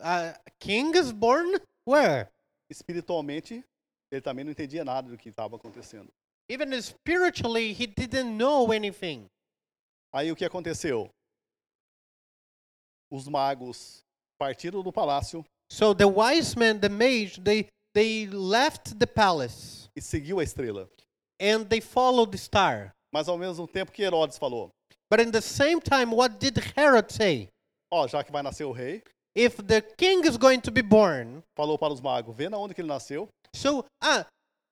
uh, a king is born where
espiritualmente, ele também não entendia nada do que estava acontecendo.
even spiritually he didn't know anything
Aí o que aconteceu? Os magos partiram do palácio
so the wise men the mage they they left the palace
e seguiu a estrela.
and they followed the star
Mas ao mesmo tempo que Herodes falou:
But in the same time, what did Herod say?
Ó, já que vai nascer o rei,
If the king is going to be born,
falou para os magos: Vê na onde que ele nasceu,
so ah,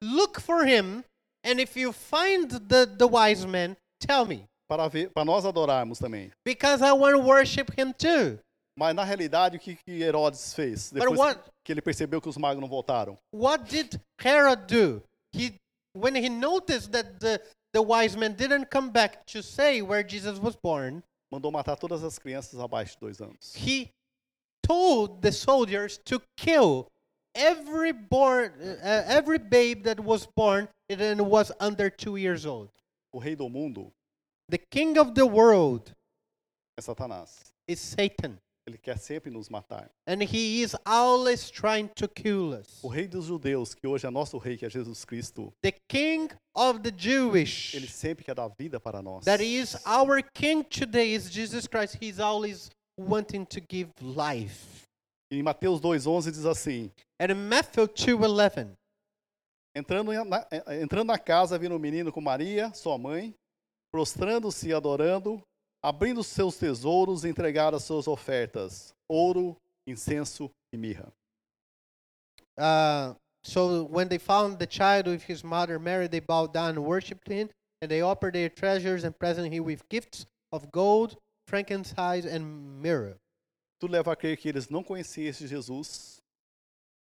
look for him, and if you find the, the wise man, tell me,
para ver, para nós adorarmos também.
because I want to worship him too.
Mas na realidade, o que, que Herodes fez? Depois
what-
que ele percebeu que os magos não voltaram,
What did Herod do? He, when he noticed that the, the wise man didn't come back to say where Jesus was born,
mandou matar todas as crianças abaixo de dois anos.
he told the soldiers to kill every born uh, every babe that was born and then was under 2 years old
O rei do mundo
the king of the world
é Satanás.
is satan
Ele quer sempre nos matar.
and he is always trying to kill us
O rei dos judeus, que hoje é nosso rei, que é Jesus Cristo,
the king of the jewish
ele sempre quer dar vida para nós.
that is our king today is jesus christ he's always wanting to give life
Em Mateus 2:11 diz assim:
And in Matthew 2:11,
Entrando na, é, entrando na casa, viram um menino com Maria, sua mãe, prostrando-se e adorando, abrindo seus tesouros, entregaram as suas ofertas: ouro, incenso e mirra.
uh, so when they found the child with his mother Mary, they bowed down and worshipped him, and they offered their treasures and present him with gifts of gold, frankincense, and myrrh.
Tudo leva a crer que eles não conheciam esse Jesus,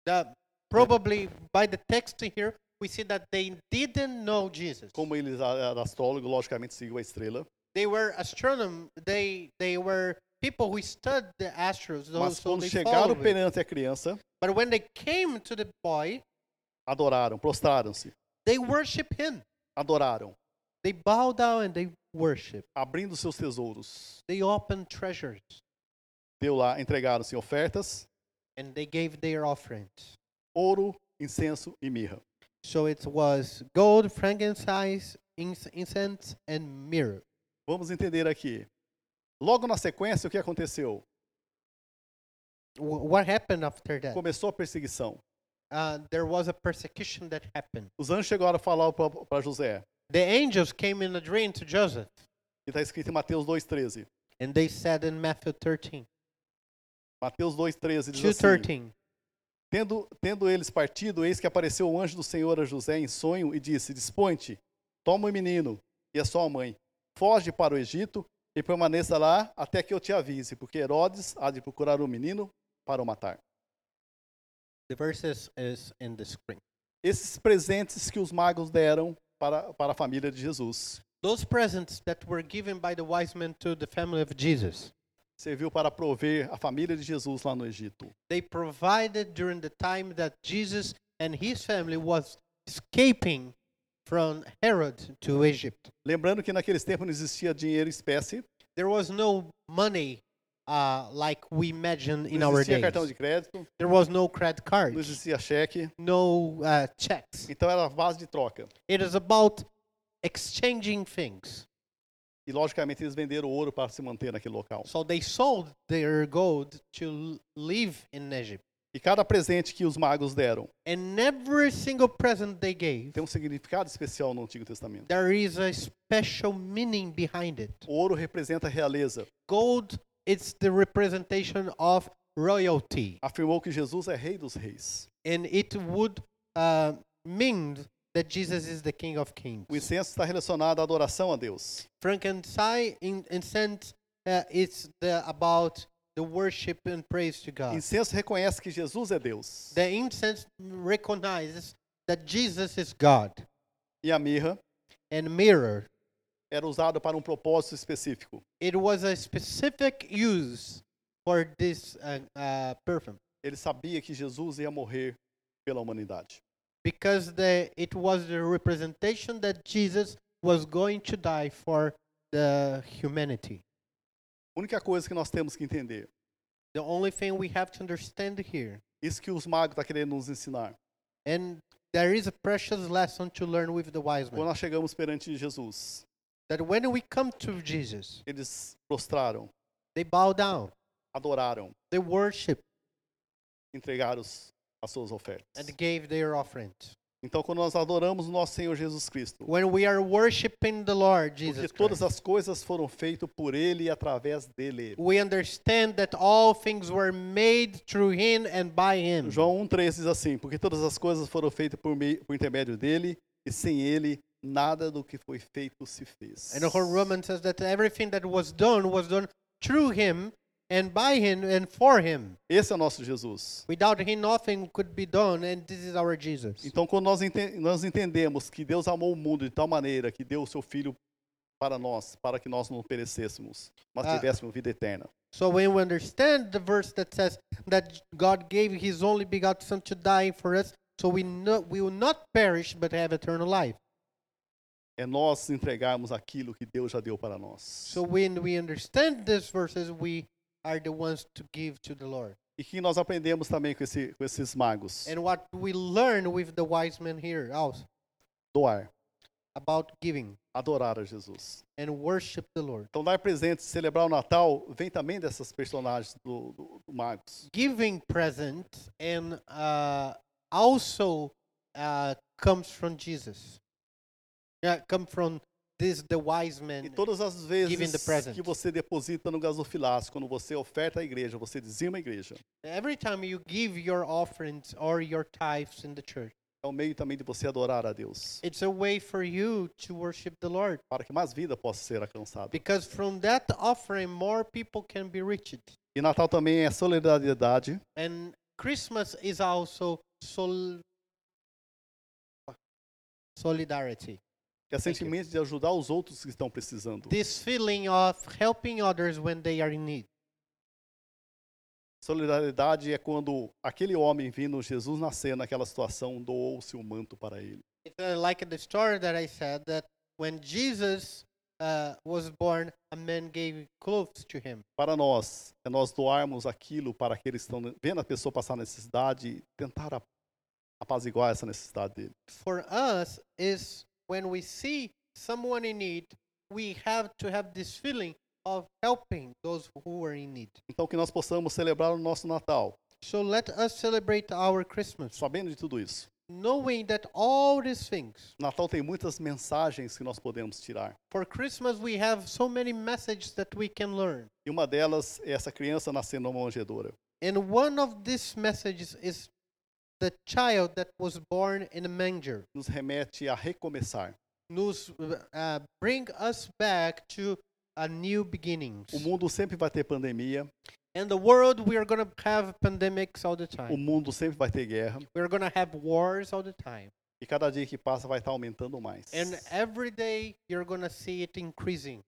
That probably by the text here we see that they didn't know Jesus.
como eles a- era astrólogo, logicamente seguiu a estrela,
They were astronomers. They they were people who studied the astros. Those
mas
so
quando
they
chegaram
followed it.
perante a criança,
But when they came to the boy,
adoraram, prostraram-se,
they worship him.
adoraram,
They bow down and they worship.
abrindo seus tesouros.
They open treasures
Deu lá, entregaram-se ofertas,
and they gave their offerings.
ouro, incenso e mirra.
So it was gold, frankincense, inc- incense, and myrrh.
Vamos entender aqui. Logo na sequência, o que aconteceu?
Wh- What happened after that?
Começou a perseguição.
Uh, there was a persecution that happened.
Os anjos chegaram a falar para José.
The angels came in a dream to Joseph,
E está escrito em Mateus 2,13.
and they said in Matthew 13,
Mateus 2,13 diz assim.
2.13,
Tendo, tendo eles partido, eis que apareceu o anjo do Senhor a José em sonho e disse: Dispõe-te, toma o menino e a sua mãe, foge para o Egito e permaneça lá até que eu te avise, porque Herodes há de procurar o menino para o matar.
the verses is in the screen.
Esses presentes que os magos deram para, para a família de Jesus
Those presents that were given by the wise men to the family of Jesus,
serviu para prover a família de Jesus lá no Egito.
they provided during the time that Jesus and his family was escaping from Herod to Egypt.
Lembrando que naqueles tempos não existia dinheiro em espécie,
there was no money uh, like we imagine in
não
our
existia
days.
cartão de crédito,
There was no credit
não
cards,
existia cheque,
no uh, checks.
então era base de troca.
It is about exchanging things.
E logicamente eles venderam ouro para se manter naquele local.
So they sold their gold to l- live in Egypt.
E cada presente que os magos deram
And every single present they gave,
tem um significado especial no Antigo Testamento.
there is a special meaning behind it.
O ouro representa a realeza.
Gold it's the representation of royalty,
Afirmou que Jesus é rei dos reis.
and it would uh, mean that Jesus is the King of Kings.
O incenso está relacionado à adoração a Deus.
frankincense in, incense uh, it's the about the worship and praise to
O
God.
incenso reconhece que Jesus é Deus.
the incense recognizes that Jesus is God.
E a mirra
And mirror,
era usado para um propósito específico.
it was a specific use for this uh, uh, perfume
Ele sabia que Jesus ia morrer pela humanidade.
because the it was the representation that Jesus was going to die for the humanity.
A única coisa que nós temos que entender,
The only thing we have to understand here,
isso que os magos estão querendo nos ensinar.
É. and there is a precious lesson to learn with the wise men.
Quando nós chegamos perante Jesus,
that when we come to Jesus,
eles prostraram,
they bow down,
adoraram,
they worship,
entregaram os- as suas ofertas.
and gave their offerings.
Então, quando nós adoramos o nosso Senhor Jesus Cristo,
When we are worshiping the Lord
porque
Jesus
todas
Christ,
as coisas foram feitas por Ele e através dele.
we understand that all things were made through Him and by Him.
João 1,3 diz assim: Porque todas as coisas foram feitas por, meio, por intermédio dele, e sem ele, nada do que foi feito se fez.
And the whole É Roman says that everything that was done was done through Him and by Him and for Him.
Esse é o nosso Jesus.
Without Him, nothing could be done, and this is our Jesus.
Então, quando nós, enten- nós entendemos que Deus amou o mundo de tal maneira que deu o seu Filho para nós, para que nós não perecêssemos, mas
Ah.
tivéssemos vida eterna.
So when we understand the verse that says that God gave His only begotten Son to die for us, so we know we will not perish but have eternal life.
É nós entregarmos aquilo que Deus já deu para nós.
So when we understand these verses, we are the ones to give to the Lord.
E que nós aprendemos também com, esse, com esses magos?
And what we learn with the wise men here also
Doar.
about giving
adorar a Jesus.
and worship the Lord.
Então, dar presentes, celebrar o Natal, vem também dessas personagens do, do, do Magos.
Giving presents and uh, also uh, comes from Jesus. Yeah, come from this the wise
E
man.
todas as
Giving the
vezes
present.
que você deposita no gasofilácio, quando você oferta à igreja, você dizima a igreja,
Every time you give your offerings or your tithes in the church,
é um meio também de você adorar a Deus,
it's a way for you to worship the Lord.
para que mais vida possa ser alcançada.
Because from that offering, more people can be reached.
E Natal também é solidariedade, é
And Christmas is also sol- solidarity.
que é
Thank you.
sentimento de ajudar os outros que estão precisando.
This feeling of helping others when they are in need.
Solidariedade é quando aquele homem vindo Jesus nascer naquela situação doou-se o manto para ele.
It's uh, like the story that I said that when Jesus uh, was born, a man gave clothes to him.
Para nós, é nós doarmos aquilo para aqueles que estão vendo a pessoa passar necessidade e tentar a- apaziguar essa necessidade dele.
For us, is when we see someone in need, we have to have this feeling of helping those who are in need.
Então, que nós possamos celebrar o nosso Natal,
So let us celebrate our Christmas,
sabendo de tudo isso.
knowing that all these things.
Natal tem muitas mensagens que nós podemos tirar.
For Christmas, we have so many messages that we can learn.
E uma delas é essa criança nascendo numa manjedoura.
And one of these messages is the child that was born in a manger.
Nos remete a recomeçar.
Nos, uh, bring us back to a new beginnings.
O mundo sempre vai ter pandemia,
In the world, we are going to have pandemics all the
o
time.
mundo sempre vai ter guerra.
We're going to have wars all the time.
E cada dia que passa vai estar aumentando mais.
And every day, you're going to see it increasing.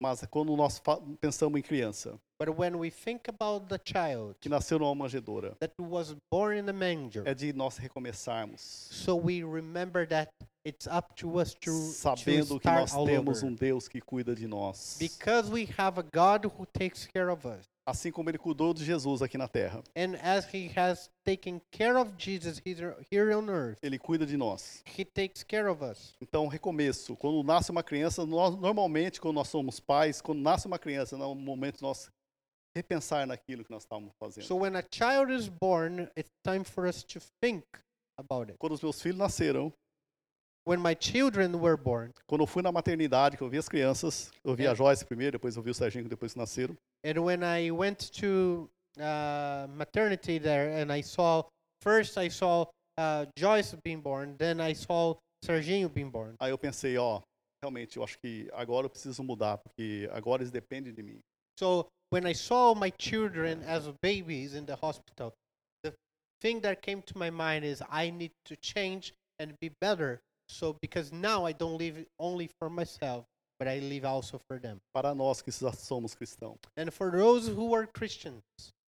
Mas quando nós fa- pensamos em criança,
But when we think about the child
que nasceu numa manjedoura,
that was born in a manger,
é de nós recomeçarmos,
so we remember that it's up to us to, to
sabendo que
start
nós
all
temos
over.
um Deus que cuida de nós.
Because we have a God who takes care of us.
Assim como ele cuidou de Jesus aqui na terra,
And as he has taken care of Jesus here here on earth,
ele cuida de nós.
he takes care of us.
Então, recomeço. Quando nasce uma criança, nós normalmente quando nós somos pais, quando nasce uma criança, no momento nós repensar naquilo que nós estávamos fazendo.
So when a child is born, it's time for us to think about it.
Quando os meus filhos nasceram,
When my children were born,
quando eu fui na maternidade, que eu vi as crianças, eu vi
É.
a Joyce primeiro, depois eu vi o Serginho depois que nasceram.
and when I went to uh, maternity there, and I saw first I saw uh, Joyce being born, then I saw Serginho being born.
Aí eu pensei, ó, realmente eu acho que agora eu preciso mudar, porque agora eles dependem de mim.
So when I saw my children as babies in the hospital, the thing that came to my mind is I need to change and be better. So because now I don't live only for myself, but I live also for them.
Para nós que já somos cristãos,
And for those who are Christians,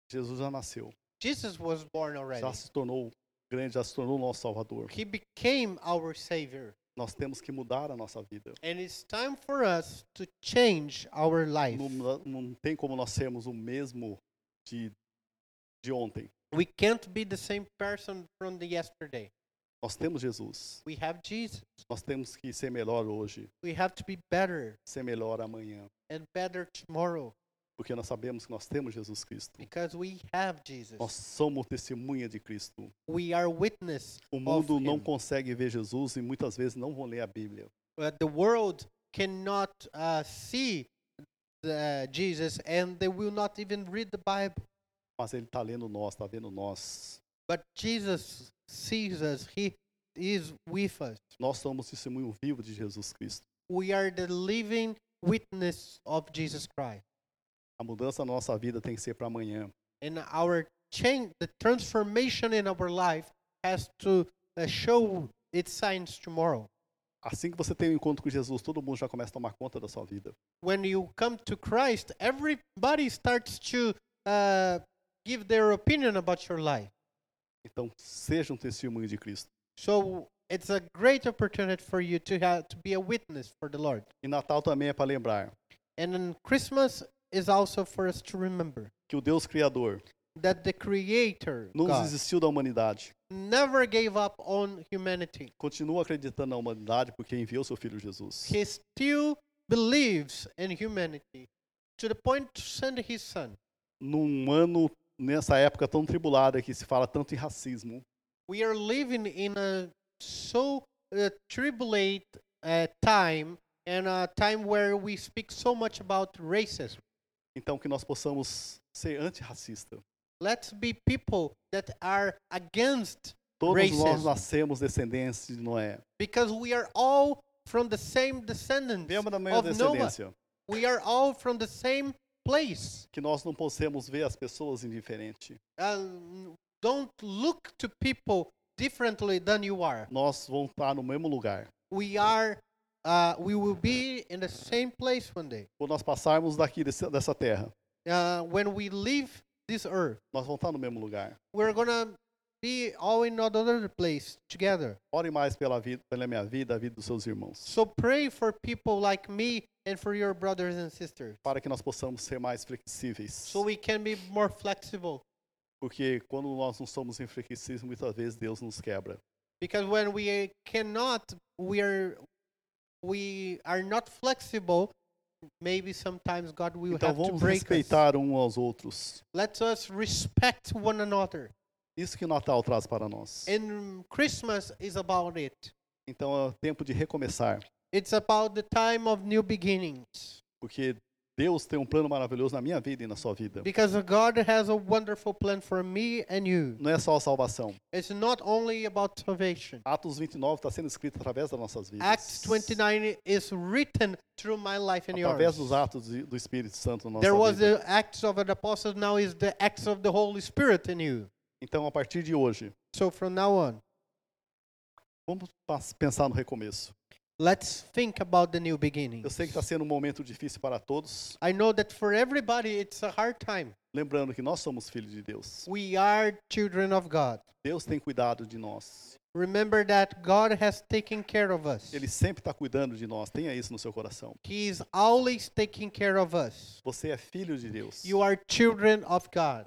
Jesus já nasceu,
Jesus was born already.
já se tornou grande, já se tornou nosso Salvador.
He became our savior.
Nós temos que mudar a nossa vida.
And it's time for us to change our life.
Não, não tem como nós sermos o mesmo de, de ontem.
We can't be the same person from the yesterday.
Nós temos Jesus.
We have Jesus.
Nós temos que ser melhor hoje,
We have to be better
ser melhor amanhã,
and better tomorrow.
porque nós sabemos que nós temos Jesus Cristo.
Because we have Jesus.
Nós somos testemunha de Cristo.
We are witness.
O mundo não
him.
consegue ver Jesus e muitas vezes não vão ler a Bíblia.
Uh, the world cannot uh, see the, Jesus and they will not even read the Bible.
Mas ele está lendo nós, está vendo nós.
But Jesus sees us. He is with us.
Nós somos testemunho vivo de Jesus Cristo.
We are the living witness of Jesus Christ.
A mudança na nossa vida tem que ser para amanhã.
And our change, the transformation in our life has to uh, show its signs tomorrow.
Assim que você tem um encontro com Jesus, todo mundo já começa a tomar conta da sua vida.
when you come to Christ, everybody starts to uh, give their opinion about your life.
Então, seja um testemunho de Cristo.
So it's a great opportunity for you to have to be a witness for the Lord.
E Natal também é para lembrar
And then Christmas is also for us to remember
que o Deus Criador,
that the Creator
Nunca
God,
desistiu da humanidade.
never gave up on humanity.
Continua acreditando na humanidade porque enviou seu filho Jesus.
He still believes in humanity to the point to send his son.
Num ano, nessa época tão tribulada que se fala tanto em racismo,
We are living in a so uh, tribulate uh, time and a time where we speak so much about racism.
então que nós possamos ser antirracista.
Let's be people that are against
Todos nós
Racism.
nascemos descendentes de Noé.
because we are all from the same descendants
Lembra da minha
of Noah.
descendência?
We are all from the same place.
Que nós não possamos ver as pessoas indiferente.
Um, don't look to people differently than you are.
Nós vamos estar no mesmo lugar.
We are, uh, we will be in the same place one day.
Quando nós passarmos daqui desse- dessa terra,
Uh, when we leave this earth,
nós vamos estar no mesmo lugar.
we're gonna be all in another place together.
Ore mais pela, vida, pela minha vida, a vida dos seus irmãos.
So pray for people like me and for your brothers and sisters,
Para que nós possamos ser mais flexíveis.
so we can be more flexible.
Porque quando nós não somos enfraquecidos, muitas vezes Deus nos quebra.
because when we cannot we are we are not flexible maybe sometimes god will
Então
have to
vamos
break us
respeitar um aos outros.
let us respect one another
Isso que o Natal traz para nós.
and christmas is about it
Então é o tempo de recomeçar.
it's about the time of new beginnings
Porque Deus tem um plano maravilhoso na minha vida e na sua vida.
because god has a wonderful plan for me and you
Não é só a salvação.
it's not only about salvation
Atos 29 está tá sendo escrito através das nossas vidas.
acts 29 is written through my life and
Através dos
yours
atos de- do Espírito Santo na
There
nossa
was
vida.
the acts of an apostle, now is the acts of the Holy Spirit in you.
Então, a partir de hoje,
So from now on,
vamos pas- pensar no recomeço.
let's think about the new beginning.
Eu sei que está sendo um momento difícil para todos.
I know that for everybody it's a hard time.
Lembrando que nós somos filhos de Deus.
We are children of God.
Deus tem cuidado de nós.
Remember that God has taken care of us.
Ele sempre está cuidando de nós. Tenha isso no seu coração.
He is always taking care of us.
Você é filho de Deus.
You are children of God.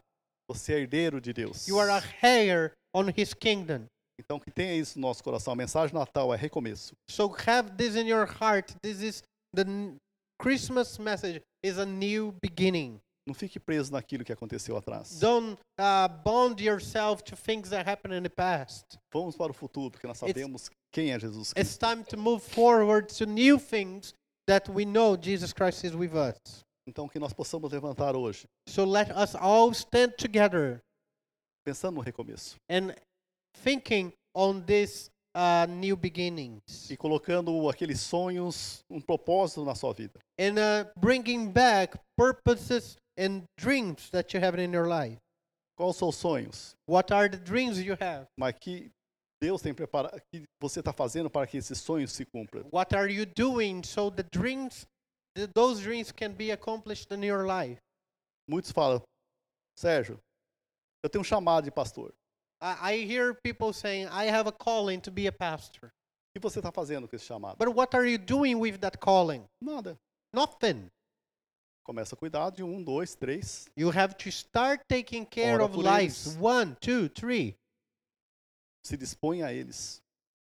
Você é herdeiro de Deus.
You are a heir on his kingdom.
Então que tenha isso no nosso coração. A mensagem do Natal é recomeço.
So have this in your heart. This is the n- Christmas message is a new beginning.
Não fique preso naquilo que aconteceu atrás.
Don't uh, bond yourself to things that happened in the past.
Vamos para o futuro, porque nós
It's-
sabemos quem é Jesus Cristo.
It's time to move forward to new things that we know Jesus Christ is with us.
Então que nós possamos levantar hoje,
So let us all stand together
pensando no recomeço
and thinking on these uh, new beginnings
e colocando aqueles sonhos, um propósito na sua vida.
and uh, bringing back purposes and dreams that you have in your life.
Quais são os sonhos?
What are the dreams you have?
Mas que Deus tem preparado, que você está fazendo para que esses sonhos se cumpram.
What are you doing so the dreams, th- those dreams can be accomplished in your life?
Muitos falam, Sérgio, eu tenho um chamado de pastor.
I, I hear people saying, I have a calling to be a pastor.
O que você está fazendo com esse chamado?
But what are you doing with that calling?
Nada.
Nothing.
Começa a cuidar de um, dois, três.
You have to start taking care
Ora
of
por
lives.
eles.
One, two, three.
Se dispõe a eles.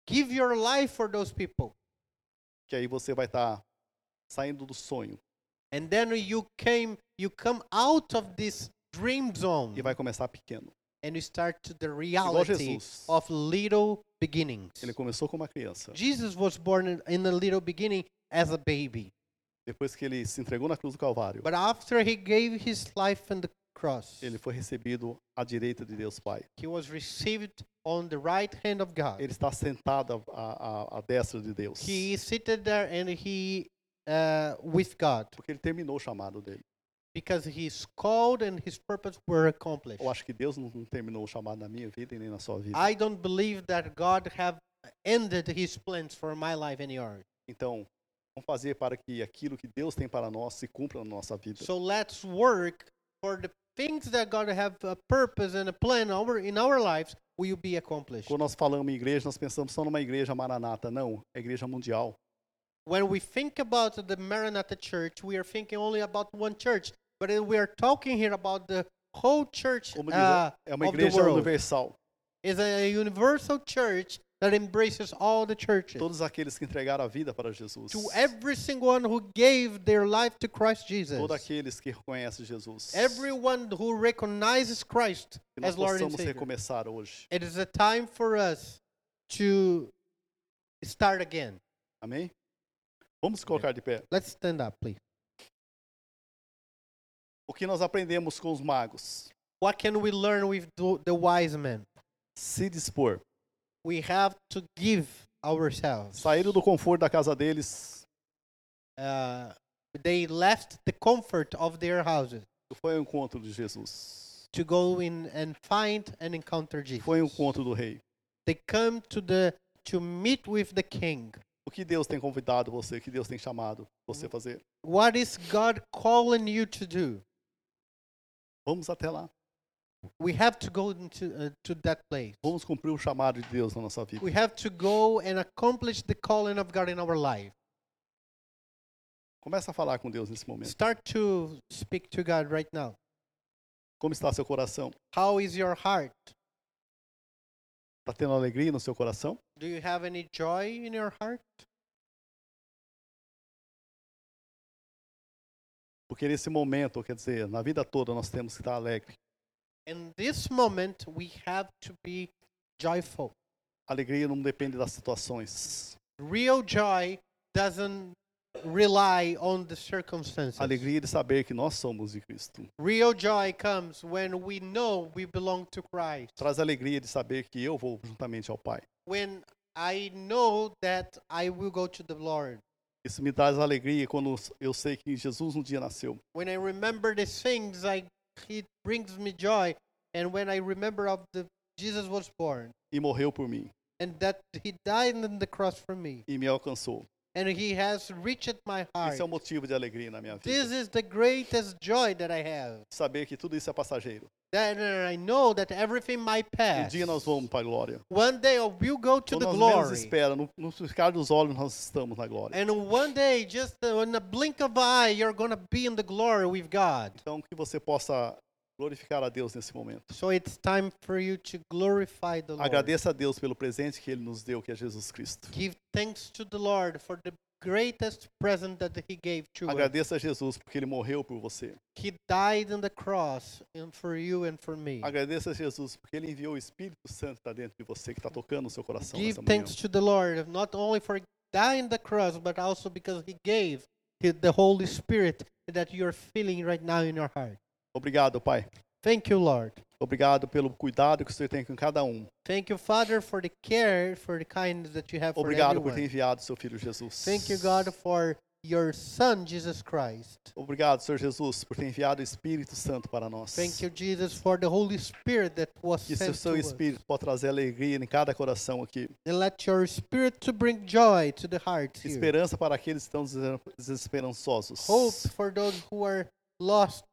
Give your life for those people.
Que aí você vai estar saindo do sonho
And then you came you come out of this dream zone
e vai começar pequeno.
and you start to the reality
Jesus.
of little beginnings.
Ele começou como uma criança.
Jesus was born in- in a little beginning as a baby.
Depois que ele se entregou na cruz do Calvário,
But after he gave his life on the cross,
ele foi recebido à direita de Deus Pai.
he was received on the right hand of God.
Ele está sentado à, à, à destra de Deus.
He is seated there and he uh, with God
Porque ele terminou o chamado dele.
because he's called and his purpose were accomplished.
Eu acho que Deus não não terminou o chamado na minha vida e nem na sua vida.
I don't believe that God have ended his plans for my life and yours.
Então, vamos fazer para que aquilo que Deus tem para nós se cumpra na nossa vida.
So let's work for the things that God have a purpose and a plan over in our lives will be accomplished.
Quando nós falamos em igreja, nós pensamos só numa igreja maranata. Não, é igreja mundial.
When we think about the Maranatha Church, we are thinking only about one church, but uh, we are talking here about the whole church
Como diz,
uh,
é uma
of the
igreja
world.
universal.
is a universal church that embraces all the churches.
Todos aqueles que entregaram a vida para Jesus.
To every single one who gave their life to Christ Jesus.
Todos aqueles que reconhecem Jesus.
Everyone who recognizes Christ
que nós
as Lord and
possamos
Savior.
recomeçar hoje.
It is a time for us to start again.
Amém? Vamos colocar de pé.
Let's stand up, please.
O que nós aprendemos com os magos?
What can we learn with the the wise men?
Se dispor.
We have to give ourselves.
Saíram do conforto da casa deles.
Uh, they left the comfort of their houses
Foi o encontro de Jesus.
to go in and find and encounter Jesus.
Foi o encontro do rei.
They come to the to meet with the king.
O que Deus tem convidado você? O que Deus tem chamado você a fazer?
What is God calling you to do?
Vamos até lá.
We have to go into uh, to that place.
Vamos cumprir o chamado de Deus na nossa vida.
We have to go and accomplish the calling of God in our life.
Começa a falar com Deus nesse momento.
Start to speak to God right now.
Como está seu coração?
How is your heart?
Está tendo alegria no seu coração?
Do you have any joy in your heart?
Porque nesse momento, quer dizer, na vida toda nós temos que estar alegre.
In this moment, we have to be joyful.
Alegria não depende das situações.
Real joy doesn't rely on the circumstances.
Alegria de saber que nós somos de Cristo.
Real joy comes when we know we belong to Christ.
Traz alegria de saber que eu vou juntamente ao Pai.
When I know that I will go to the Lord.
Isso me traz alegria quando eu sei que Jesus um dia nasceu.
When I remember the things, I it brings me joy. And when I remember of the Jesus was born
e morreu por mim
and that he died on the cross for me
e me alcançou.
and he has reached my heart.
Esse é o motivo de alegria na minha
This
vida.
is the greatest joy that I have.
Saber que tudo isso é passageiro.
That I know that everything might
Um
pass.
dia nós vamos para a glória.
One day I will go to
Quando
the
nós menos
glory. É.
espera, no, no piscar dos olhos nós estamos na glória.
And one day, just uh, in the blink of an eye, you're going to be in the glory with God.
Então que você possa glorificar a Deus nesse momento.
So it's time for you to glorify the Lord.
Agradeça a Deus pelo presente que Ele nos deu, que é Jesus Cristo.
Give thanks to the Lord for the greatest present that He gave to us.
Agradeça a Jesus porque Ele morreu por você.
He died on the cross and for you and for me.
Agradeça a Jesus porque Ele enviou o Espírito Santo para dentro de você, que está tocando o seu coração
Give
nessa manhã.
thanks to the Lord not only for dying the cross, but also because He gave He- the Holy Spirit that you're feeling right now in your heart.
Obrigado, Pai.
Thank you, Lord.
Obrigado pelo cuidado que o Senhor tem com cada um.
Thank you, Father, for the care, for the kindness that you have for
Obrigado por
everyone.
ter enviado seu Filho Jesus.
Thank you, God, for your Son, Jesus Christ.
Obrigado, Senhor Jesus, por ter enviado o Espírito Santo para nós.
Thank you, Jesus, for the Holy Spirit that was
Que seu,
sent
seu
to us.
Espírito possa trazer alegria em cada coração aqui.
And let your Spirit to bring joy to the hearts here.
Esperança para aqueles que estão desen- desesperançosos.
Hope for those who are lost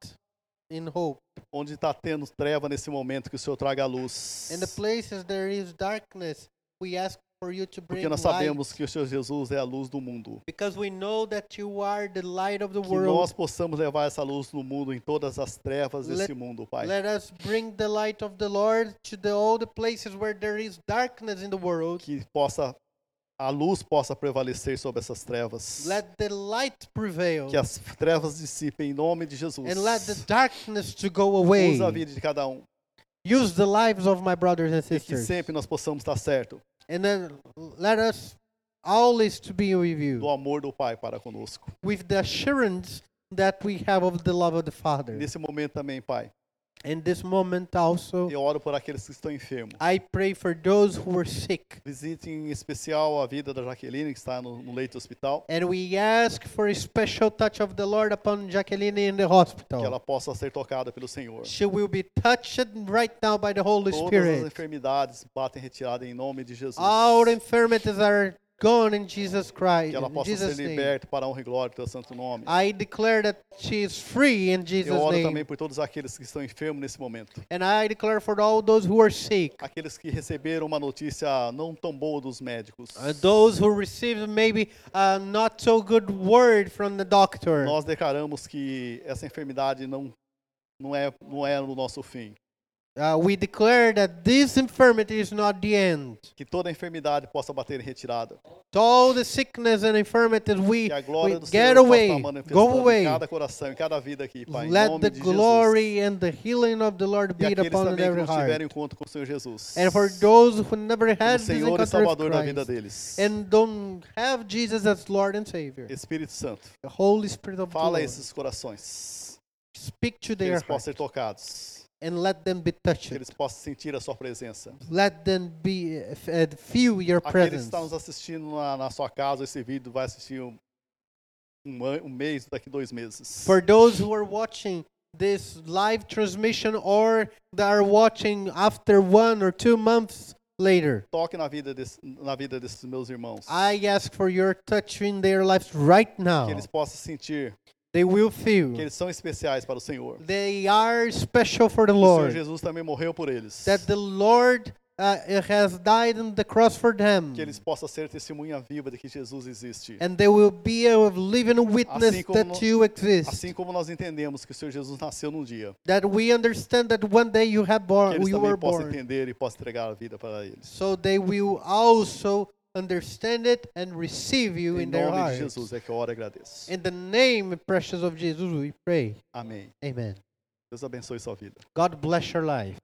in hope.
Onde está tendo treva nesse momento, que o Senhor traga a luz.
In the places there is darkness, we ask for you to bring
Porque nós
light.
sabemos que o Senhor Jesus é a luz do mundo.
Because we know that you are the light of the
Que nós
world.
possamos levar essa luz no mundo, em todas as trevas
Let-
desse mundo, Pai.
Let us bring the light of the Lord to the, all the places where there is darkness in the world.
Que possa a luz possa prevalecer sobre essas trevas.
Let the light prevail.
Que as trevas dissipem em nome de Jesus.
and let the darkness to go away.
Usa a vida de cada um.
Use the lives of my brothers and
E que
sisters,
sempre nós possamos estar certo
and then let us always to be with
do
you,
amor do Pai para conosco.
with the assurance that we have of the love of the Father.
Nesse momento também, Pai,
In this moment also,
eu oro por aqueles que estão enfermos.
I pray for those who are sick,
Visite em especial a vida da Jaqueline, que está no, no leito do hospital,
and we ask for a special touch of the Lord upon Jacqueline in the
que ela
hospital.
possa ser tocada pelo Senhor.
She will be touched right now by the Holy
Todas as
Spirit.
enfermidades batem retirada em nome de Jesus.
All infirmities are gone in Jesus Christ.
Que ela
In
possa ser
Jesus' name.
liberta para a honra e glória do teu santo nome.
I declare that she is free in Jesus'
Eu oro também
name.
por todos aqueles que estão enfermos nesse momento.
And I declare for all those who are sick,
Aqueles que receberam uma notícia não tão boa dos médicos.
uh, those who received maybe a not so good word from the doctor.
Nós declaramos que essa enfermidade não não é, não é o nosso fim.
Uh, we declare that this infirmity is not the end.
Que toda enfermidade possa bater em retirada.
All the sickness and infirmities, we,
Que a
we
glória do Senhor
get
possa
away,
estar manifestando
go
em
away.
cada coração, em cada vida aqui, Pai. em
Let
nome
the
de Jesus.
glory and the healing of the Lord
E
be
aqueles
upon
também que
every
não tiveram
heart.
encontro com o Senhor Jesus.
And for those who never
o
had this
Senhor e
encounter with
Salvador da vida
Christ
deles.
and don't have Jesus as Lord and Savior,
Espírito Santo,
the Holy Spirit of
fala a
God,
esses corações.
speak to
Que
their
eles possam ser
heart
tocados.
and let them be
Que
touched.
eles possam sentir a sua presença.
Let them be uh, f- uh, feel your
Aquele que está
presence.
nos assistindo na, na sua casa, esse vídeo vai assistir um, um, an- um mês, daqui dois meses.
For those who are watching this live transmission or that are watching after one or two months later,
Toque na vida, desse, na vida desses meus irmãos.
I ask for your touch in their lives right
Que
now.
eles possam sentir
They will
que
feel
eles são especiais para o Senhor.
they are special for the
O Senhor
Lord,
Jesus também morreu por eles.
that the Lord uh, has died on the cross for them,
Que eles possam ser testemunha viva de que Jesus existe.
and they will be a living witness
Assim como no-
that you exist.
Assim como nós entendemos que o Senhor Jesus nasceu num dia.
That we understand that one day you have
Que
born,
eles
you were
também possam
born.
entender e possam entregar a vida para eles.
so they will also understand it and receive you
Em
in their
nome de
hearts.
Jesus é que eu oro e agradeço.
In the name precious of Jesus, we pray.
Amém.
Amen.
Deus abençoe sua vida.
God bless your life.